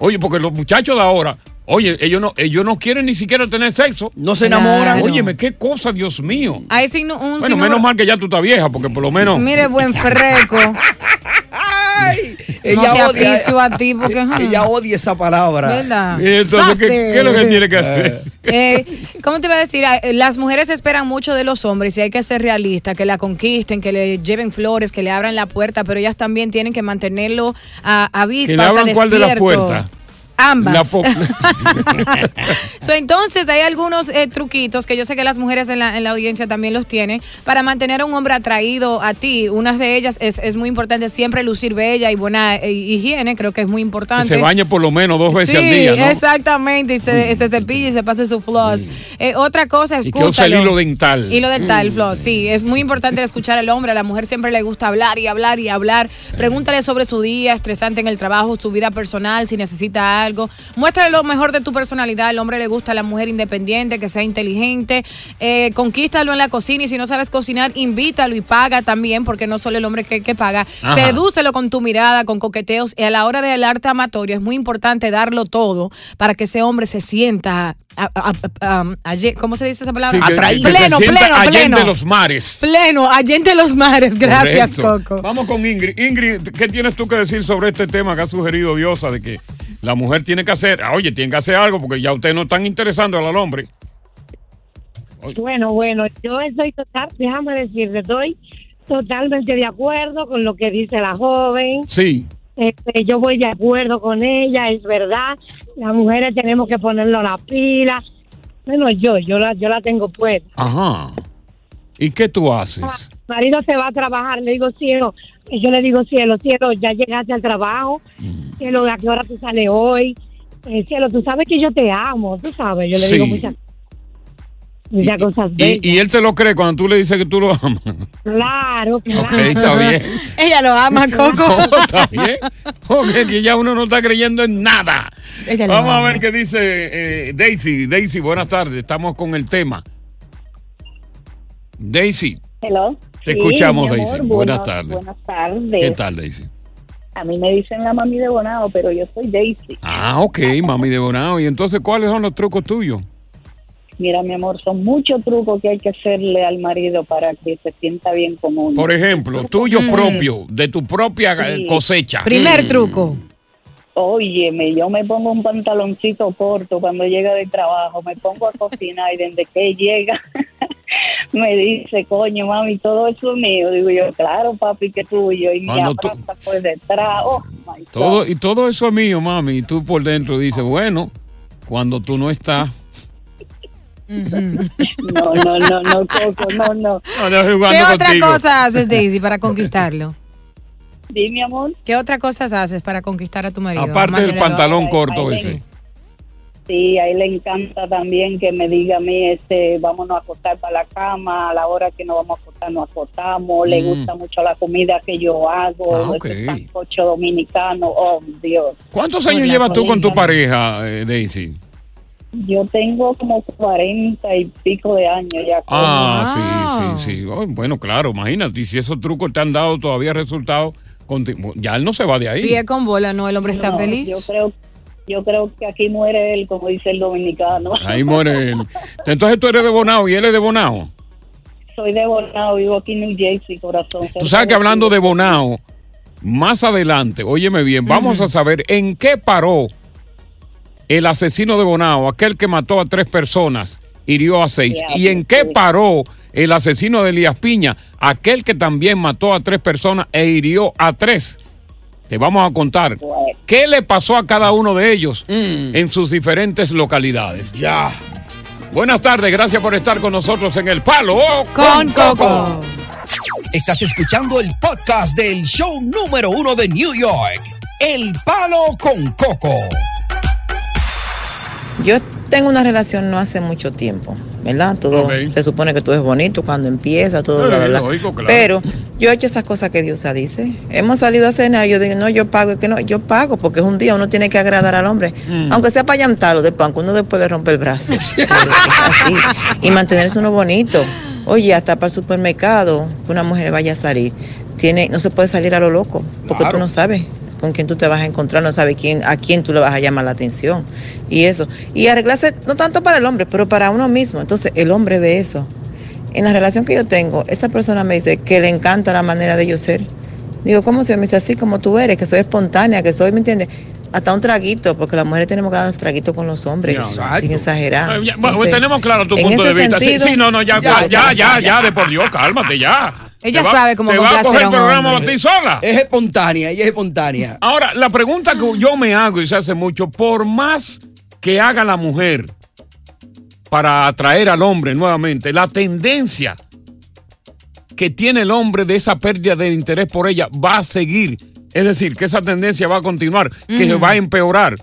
Speaker 8: Oye, porque los muchachos de ahora, oye, ellos no, ellos no quieren ni siquiera tener sexo.
Speaker 9: No
Speaker 10: se enamoran. Claro.
Speaker 8: Óyeme, qué cosa, Dios mío.
Speaker 10: Hay sinu- un
Speaker 8: Bueno,
Speaker 10: sinnúmero-
Speaker 8: menos mal que ya tú estás vieja, porque por lo menos.
Speaker 10: Mire,
Speaker 8: (laughs)
Speaker 10: buen freco.
Speaker 9: Ella
Speaker 10: no te
Speaker 9: odia-
Speaker 10: aficio a ti porque... ajá.
Speaker 9: Ella odia esa palabra.
Speaker 10: ¿Verdad?
Speaker 9: Y entonces, ¿qué-
Speaker 10: Safe.
Speaker 9: qué es lo que tiene
Speaker 8: que hacer?
Speaker 10: Eh, ¿Cómo te iba a decir? Ah, eh, Las mujeres esperan mucho de los hombres y hay que ser realista, que la conquisten, que le lleven flores, que le abran la puerta, pero ellas también tienen que mantenerlo a, a
Speaker 8: Que
Speaker 10: vista.
Speaker 8: le abran cuál de las puertas.
Speaker 10: Ambas.
Speaker 8: La po-
Speaker 10: (laughs) So, entonces, hay algunos eh, truquitos que yo sé que las mujeres en la, en la audiencia también los tienen para mantener a un hombre atraído a ti. Una de ellas es, es muy importante siempre lucir bella y buena eh, higiene, creo que es muy
Speaker 8: que
Speaker 10: importante.
Speaker 8: se bañe por lo menos dos veces
Speaker 10: sí,
Speaker 8: al día, ¿no? Mm.
Speaker 10: exactamente, y se, se cepille y se pase su floss. Eh, otra cosa,
Speaker 8: Y que use el
Speaker 10: escúchalo.
Speaker 8: hilo dental.
Speaker 10: Hilo dental, floss, sí, es muy importante escuchar al hombre, a la mujer siempre le gusta hablar y hablar y hablar. Pregúntale sobre su día, estresante en el trabajo, su vida personal, si necesita algo. Muéstrale lo mejor de tu personalidad, al hombre le gusta la mujer independiente, que sea inteligente. Eh, conquístalo en la cocina y si no sabes cocinar, invítalo y paga también, porque no solo el hombre que, que paga.
Speaker 2: Ajá.
Speaker 10: Sedúcelo con tu mirada, con coqueteos y a la hora del arte amatorio es muy importante darlo todo para que ese hombre se sienta... a- a- a- um, a- ayer- ¿Cómo se dice esa palabra?
Speaker 8: Sí, que- que se
Speaker 10: pleno,
Speaker 8: sienta
Speaker 10: pleno,
Speaker 8: allende
Speaker 10: pleno.
Speaker 8: los mares.
Speaker 10: Pleno, allende los mares. Gracias,
Speaker 8: Correcto.
Speaker 10: Coco.
Speaker 8: Vamos con Ingrid. Ingrid, ¿qué tienes tú que decir sobre este tema que ha sugerido Diosa de que la mujer tiene que hacer, ah, oye, tiene que hacer algo porque ya ustedes no están interesando al hombre?
Speaker 2: Bueno, bueno, yo estoy total, déjame decir, estoy totalmente de acuerdo con lo que dice la joven.
Speaker 8: Sí.
Speaker 2: Este, yo voy de acuerdo con ella, es verdad. Las mujeres tenemos que ponernos la pila. Bueno, yo, yo la, yo la tengo puesta.
Speaker 8: Ajá. ¿Y qué tú
Speaker 10: Ah,
Speaker 8: haces?
Speaker 2: marido se va a trabajar, le digo cielo, y yo le digo cielo, cielo, ya llegaste al trabajo,
Speaker 8: Mm.
Speaker 2: cielo, ¿a qué hora tú sales hoy? Eh, cielo, tú sabes que yo te amo, tú sabes, yo le digo
Speaker 8: Sí.
Speaker 2: muchas, muchas cosas bellas.
Speaker 8: Y, y él te lo cree cuando tú le dices que tú lo
Speaker 10: (laughs)
Speaker 8: amas.
Speaker 2: Claro, claro.
Speaker 8: Ok, está bien.
Speaker 10: Ella lo ama, Coco.
Speaker 8: No, está bien. Porque que ya uno no está creyendo en nada.
Speaker 10: Ella lo
Speaker 8: Vamos a
Speaker 10: ama.
Speaker 8: ver qué dice eh, Daisy. Daisy, buenas tardes. Estamos con el tema. Daisy,
Speaker 19: Hello.
Speaker 8: Te escuchamos,
Speaker 19: mi
Speaker 8: Daisy.
Speaker 19: amor,
Speaker 8: Buenas
Speaker 19: buenos-
Speaker 8: tardes.
Speaker 19: Buenas tardes.
Speaker 8: ¿qué tal, Daisy?
Speaker 19: A mí me dicen la mami de Bonao, pero yo soy Daisy.
Speaker 8: Ah, ok, mami de Bonao. ¿Y entonces cuáles son los trucos tuyos?
Speaker 19: Mira, mi amor, son muchos trucos que hay que hacerle al marido para que se sienta bien con uno.
Speaker 8: Por ejemplo, tuyo propio, de tu propia eh,
Speaker 19: Sí.
Speaker 8: cosecha. Mm.
Speaker 10: truco.
Speaker 19: Óyeme, yo me pongo un pantaloncito corto cuando llega del trabajo, me pongo a cocinar y desde que llega (laughs) me dice, coño, mami, todo eso es mío. Digo yo, claro, papi, que es tuyo. Y me
Speaker 8: Cuando tú-
Speaker 19: abraza por detrás. Oh, my
Speaker 8: Todo, y todo eso es mío, mami. Y tú por dentro dices, bueno, cuando tú no estás.
Speaker 19: No, no, no, no, Coco, no, no.
Speaker 10: ¿Qué otra cosa haces, Daisy, para conquistarlo?
Speaker 19: Dime, amor.
Speaker 10: ¿Qué otra cosa haces para conquistar a tu marido?
Speaker 8: Aparte del
Speaker 10: Mantenerlo-
Speaker 8: pantalón corto
Speaker 19: ay,
Speaker 8: ese.
Speaker 19: Sí, a él le encanta también que me diga a mí, este, vámonos a acostar para la cama, a la hora que nos vamos a acostar nos acostamos, le
Speaker 22: Mm.
Speaker 19: gusta mucho la comida que yo hago,
Speaker 8: Ah, ok.
Speaker 19: ese sancocho dominicano, oh Dios.
Speaker 8: ¿Cuántos años llevas tú con tu pareja, eh, Daisy?
Speaker 19: Yo tengo como cuarenta y pico de años ya. con-
Speaker 8: Ah, sí, sí, sí. Oh, bueno, claro, imagínate. Y si esos trucos te han dado todavía resultados, conti- ya él no se va de ahí.
Speaker 10: Pie con bola, ¿no? El hombre está
Speaker 19: No,
Speaker 10: feliz.
Speaker 19: Yo creo, yo creo que aquí muere él, como dice el dominicano.
Speaker 8: Ahí muere él. Entonces tú eres de Bonao y él es de Bonao.
Speaker 19: (laughs) Soy de Bonao, vivo aquí en New Jersey, corazón.
Speaker 8: Tú sabes que hablando de Bonao, más adelante, óyeme bien, vamos a saber en qué paró el asesino de Bonao, aquel que mató a tres personas, hirió a seis. ¿Y en qué paró el asesino de Elías Piña, aquel que también mató a tres personas e hirió a tres? Te vamos a contar qué le pasó a cada uno de ellos
Speaker 6: Mm.
Speaker 8: en sus diferentes localidades. Ya. Buenas tardes, gracias por estar con nosotros en El Palo
Speaker 6: con Coco. Estás escuchando el podcast del show número uno de New York, El Palo con Coco.
Speaker 23: Yo tengo una relación no hace mucho tiempo.
Speaker 3: ¿verdad? Todo se supone que todo es bonito cuando empieza, todo,
Speaker 4: Eh,
Speaker 3: bla, bla, bla.
Speaker 4: lógico, claro.
Speaker 3: Pero yo he hecho esas cosas que Dios dice. Hemos salido a cenar, yo digo, no, yo pago, es que no, yo pago, porque es un día, uno tiene que agradar al hombre,
Speaker 4: Mm.
Speaker 3: aunque sea para llantarlo de pan, que uno después le rompe el brazo. Pero es así. y mantenerse uno bonito. Oye, hasta para el supermercado, que una mujer vaya a salir, tiene, no se puede salir a lo loco, porque tú no sabes con quién tú te vas a encontrar, no sabes quién, a quién tú le vas a llamar la atención y eso. Y arreglarse no tanto para el hombre, pero para uno mismo. Entonces el hombre ve eso. En la relación que yo tengo, esa persona me dice que le encanta la manera de yo ser. Digo, ¿cómo se me dice así como tú eres? Que soy espontánea, que soy, ¿me entiendes? Hasta un traguito, porque las mujeres tenemos que dar un traguito con los hombres,
Speaker 8: Ya,
Speaker 3: sin
Speaker 8: exacto.
Speaker 3: exagerar.
Speaker 8: Eh, ya, bueno,
Speaker 3: Entonces,
Speaker 8: tenemos claro tu
Speaker 3: en
Speaker 8: punto
Speaker 3: ese
Speaker 8: de vista. Sí,
Speaker 3: sentido-
Speaker 8: sí, no, no, ya, ya, ya, ya, de por Dios, cálmate, ya.
Speaker 3: Ella
Speaker 8: Te va-
Speaker 3: sabe cómo
Speaker 8: Te va a
Speaker 3: complacer
Speaker 8: coger
Speaker 3: a
Speaker 8: el
Speaker 3: un
Speaker 8: programa a
Speaker 3: hombre.
Speaker 8: ti sola.
Speaker 9: Es espontánea, ella es espontánea.
Speaker 8: Ahora, la pregunta que yo me hago y se hace mucho, por más que haga la mujer para atraer al hombre nuevamente, la tendencia que tiene el hombre de esa pérdida de interés por ella va a seguir. Es decir, que esa tendencia va a continuar, que se
Speaker 5: Ujú. Hmm.
Speaker 8: va a empeorar,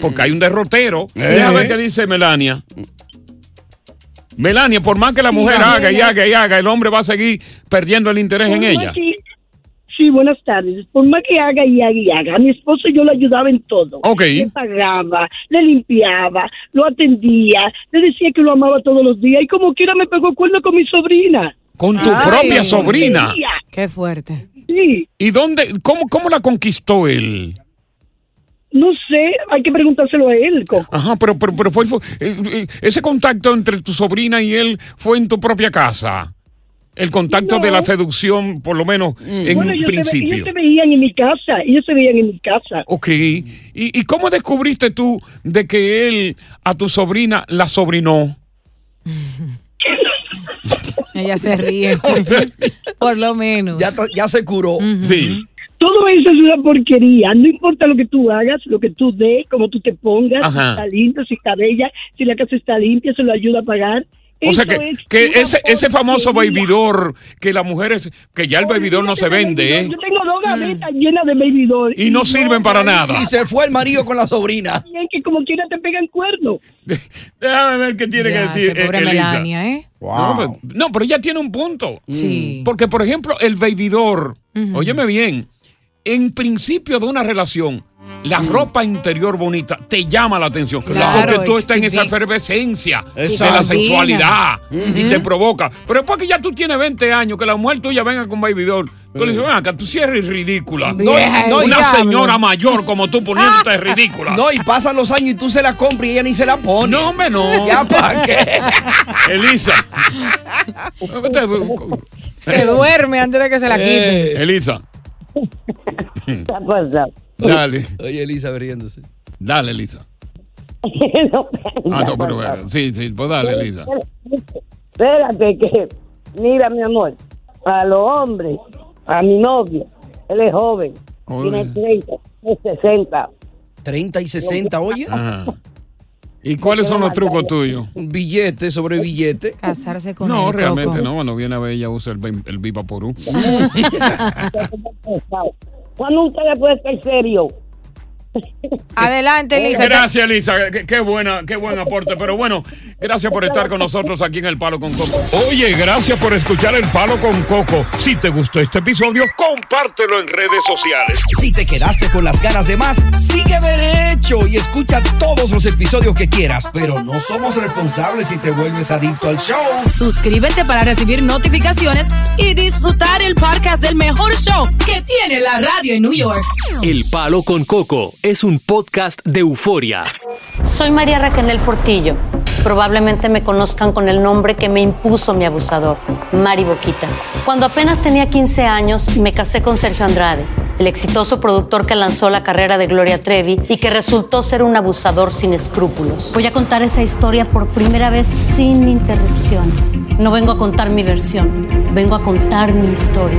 Speaker 8: porque hay un derrotero.
Speaker 5: Sí.
Speaker 8: Déjame ver qué dice Melania. Melania, por más que la mujer
Speaker 22: Mira,
Speaker 8: haga y
Speaker 22: mira.
Speaker 8: haga y haga, el hombre va a seguir perdiendo el interés en
Speaker 22: Por más
Speaker 8: ella.
Speaker 22: que- sí, buenas tardes. Por más que haga y haga y haga. A mi esposo yo lo ayudaba en todo.
Speaker 8: Ok.
Speaker 22: Le pagaba, le limpiaba, lo atendía, le decía que lo amaba todos los días y como quiera me pegó cuerno con mi sobrina.
Speaker 8: Con tu propia sobrina.
Speaker 22: Qué fuerte. Sí,
Speaker 8: ¿Y dónde, cómo, cómo la conquistó él?
Speaker 22: no sé, hay que preguntárselo a él, Coco.
Speaker 8: Ajá, pero, pero, pero fue, fue- eh, eh, ese contacto entre tu sobrina y él fue en tu propia casa. El contacto de la seducción, por lo menos en
Speaker 22: Mm. Bueno,
Speaker 8: un
Speaker 22: ellos se ve-
Speaker 8: principio.
Speaker 22: ellos se veían en mi casa, ellos se veían en mi casa.
Speaker 8: Ok. ¿Y, ¿Y cómo descubriste tú de que él a tu sobrina la sobrinó?
Speaker 10: Ella
Speaker 9: (laughs)
Speaker 10: se ríe. Por lo menos.
Speaker 22: Ya
Speaker 9: Ya se curó.
Speaker 8: Sí.
Speaker 22: Todo eso es una porquería. No importa lo que tú hagas, lo que tú des, cómo tú te pongas,
Speaker 8: Ajá.
Speaker 22: si está lindo, si está bella, si la casa está limpia, se lo ayuda a pagar.
Speaker 8: O sea
Speaker 22: Eso
Speaker 8: que,
Speaker 22: es
Speaker 8: que
Speaker 22: una
Speaker 8: ese, ese famoso
Speaker 22: porquería.
Speaker 8: bebidor, que las mujeres, que ya el bebidor no se vende, ¿eh?
Speaker 22: Yo tengo dos gavetas llenas de baby doll.
Speaker 8: Y no sirven para nada.
Speaker 22: Y
Speaker 9: se fue el marido con la sobrina.
Speaker 22: Y es que como quiera te pegan cuerno.
Speaker 8: Déjame ver qué tiene
Speaker 22: Ya,
Speaker 8: que decir.
Speaker 22: che, pobre
Speaker 8: eh, Elisa.
Speaker 22: Melania, ¿eh?
Speaker 8: No, pero, no, pero ella tiene un punto. Sí. Mm. Porque, por ejemplo, el bebidor,
Speaker 22: Ujú.
Speaker 8: óyeme bien, en principio de una relación, la ropa interior bonita te llama la atención.
Speaker 5: Claro,
Speaker 8: porque tú estás en esa
Speaker 5: exhibi-
Speaker 8: efervescencia de
Speaker 5: Exacto.
Speaker 8: la sexualidad
Speaker 5: Ujú.
Speaker 8: y te provoca. Pero después que ya tú tienes 20 años, que la mujer tuya venga con bebidor. Tú le dices, "Ven acá, tú sí eres ridícula.
Speaker 9: No, y- no, y-
Speaker 8: una
Speaker 9: diablo.
Speaker 8: señora mayor (laughs) como tú poniéndote ridícula.
Speaker 9: No, y pasan los años y tú se la compras y ella ni se la pone. No,
Speaker 8: hombre, no.
Speaker 9: ¿Ya para qué?
Speaker 8: Elisa.
Speaker 10: Se duerme antes de que se la quite.
Speaker 8: Eh, Elisa,
Speaker 23: (laughs)
Speaker 8: dale.
Speaker 9: Oye, Elisa riéndose.
Speaker 8: Dale, Elisa. Ah, no, pero eh, sí, sí, pues dale, Elisa.
Speaker 23: Espérate que, mira mi amor, a los hombres, a mi novio, él es joven, tiene 30, es 60.
Speaker 9: 30 y 60, oye.
Speaker 8: ¿Y cuáles son los trucos tuyos?
Speaker 9: Billete sobre billete.
Speaker 10: Casarse
Speaker 8: No, realmente no. Cuando viene a ver, ella usa el, vi- el Viva Porú.
Speaker 23: ¿Cuándo usted le puede ser serio?
Speaker 10: (laughs) Adelante, Elisa.
Speaker 8: Oh, Gracias, Elisa. Qué, qué buena, qué buen aporte. Pero bueno, gracias por estar con nosotros aquí en El Palo con Coco.
Speaker 5: Oye, gracias por escuchar El Palo con Coco. Si te gustó este episodio, compártelo en redes sociales.
Speaker 9: Si te quedaste con las ganas de más, sigue derecho y escucha todos los episodios que quieras. Pero no somos responsables si te vuelves adicto al show.
Speaker 7: Suscríbete para recibir notificaciones y disfrutar el podcast del mejor show que tiene la radio en New York.
Speaker 24: El Palo con Coco es un podcast de euforia.
Speaker 25: Soy María Raquel Portillo. Probablemente me conozcan con el nombre que me impuso mi abusador, Mari Boquitas. Cuando apenas tenía 15 años, me casé con Sergio Andrade, el exitoso productor que lanzó la carrera de Gloria Trevi y que resultó ser un abusador sin escrúpulos. Voy a contar esa historia por primera vez sin interrupciones. No vengo a contar mi versión, vengo a contar mi historia.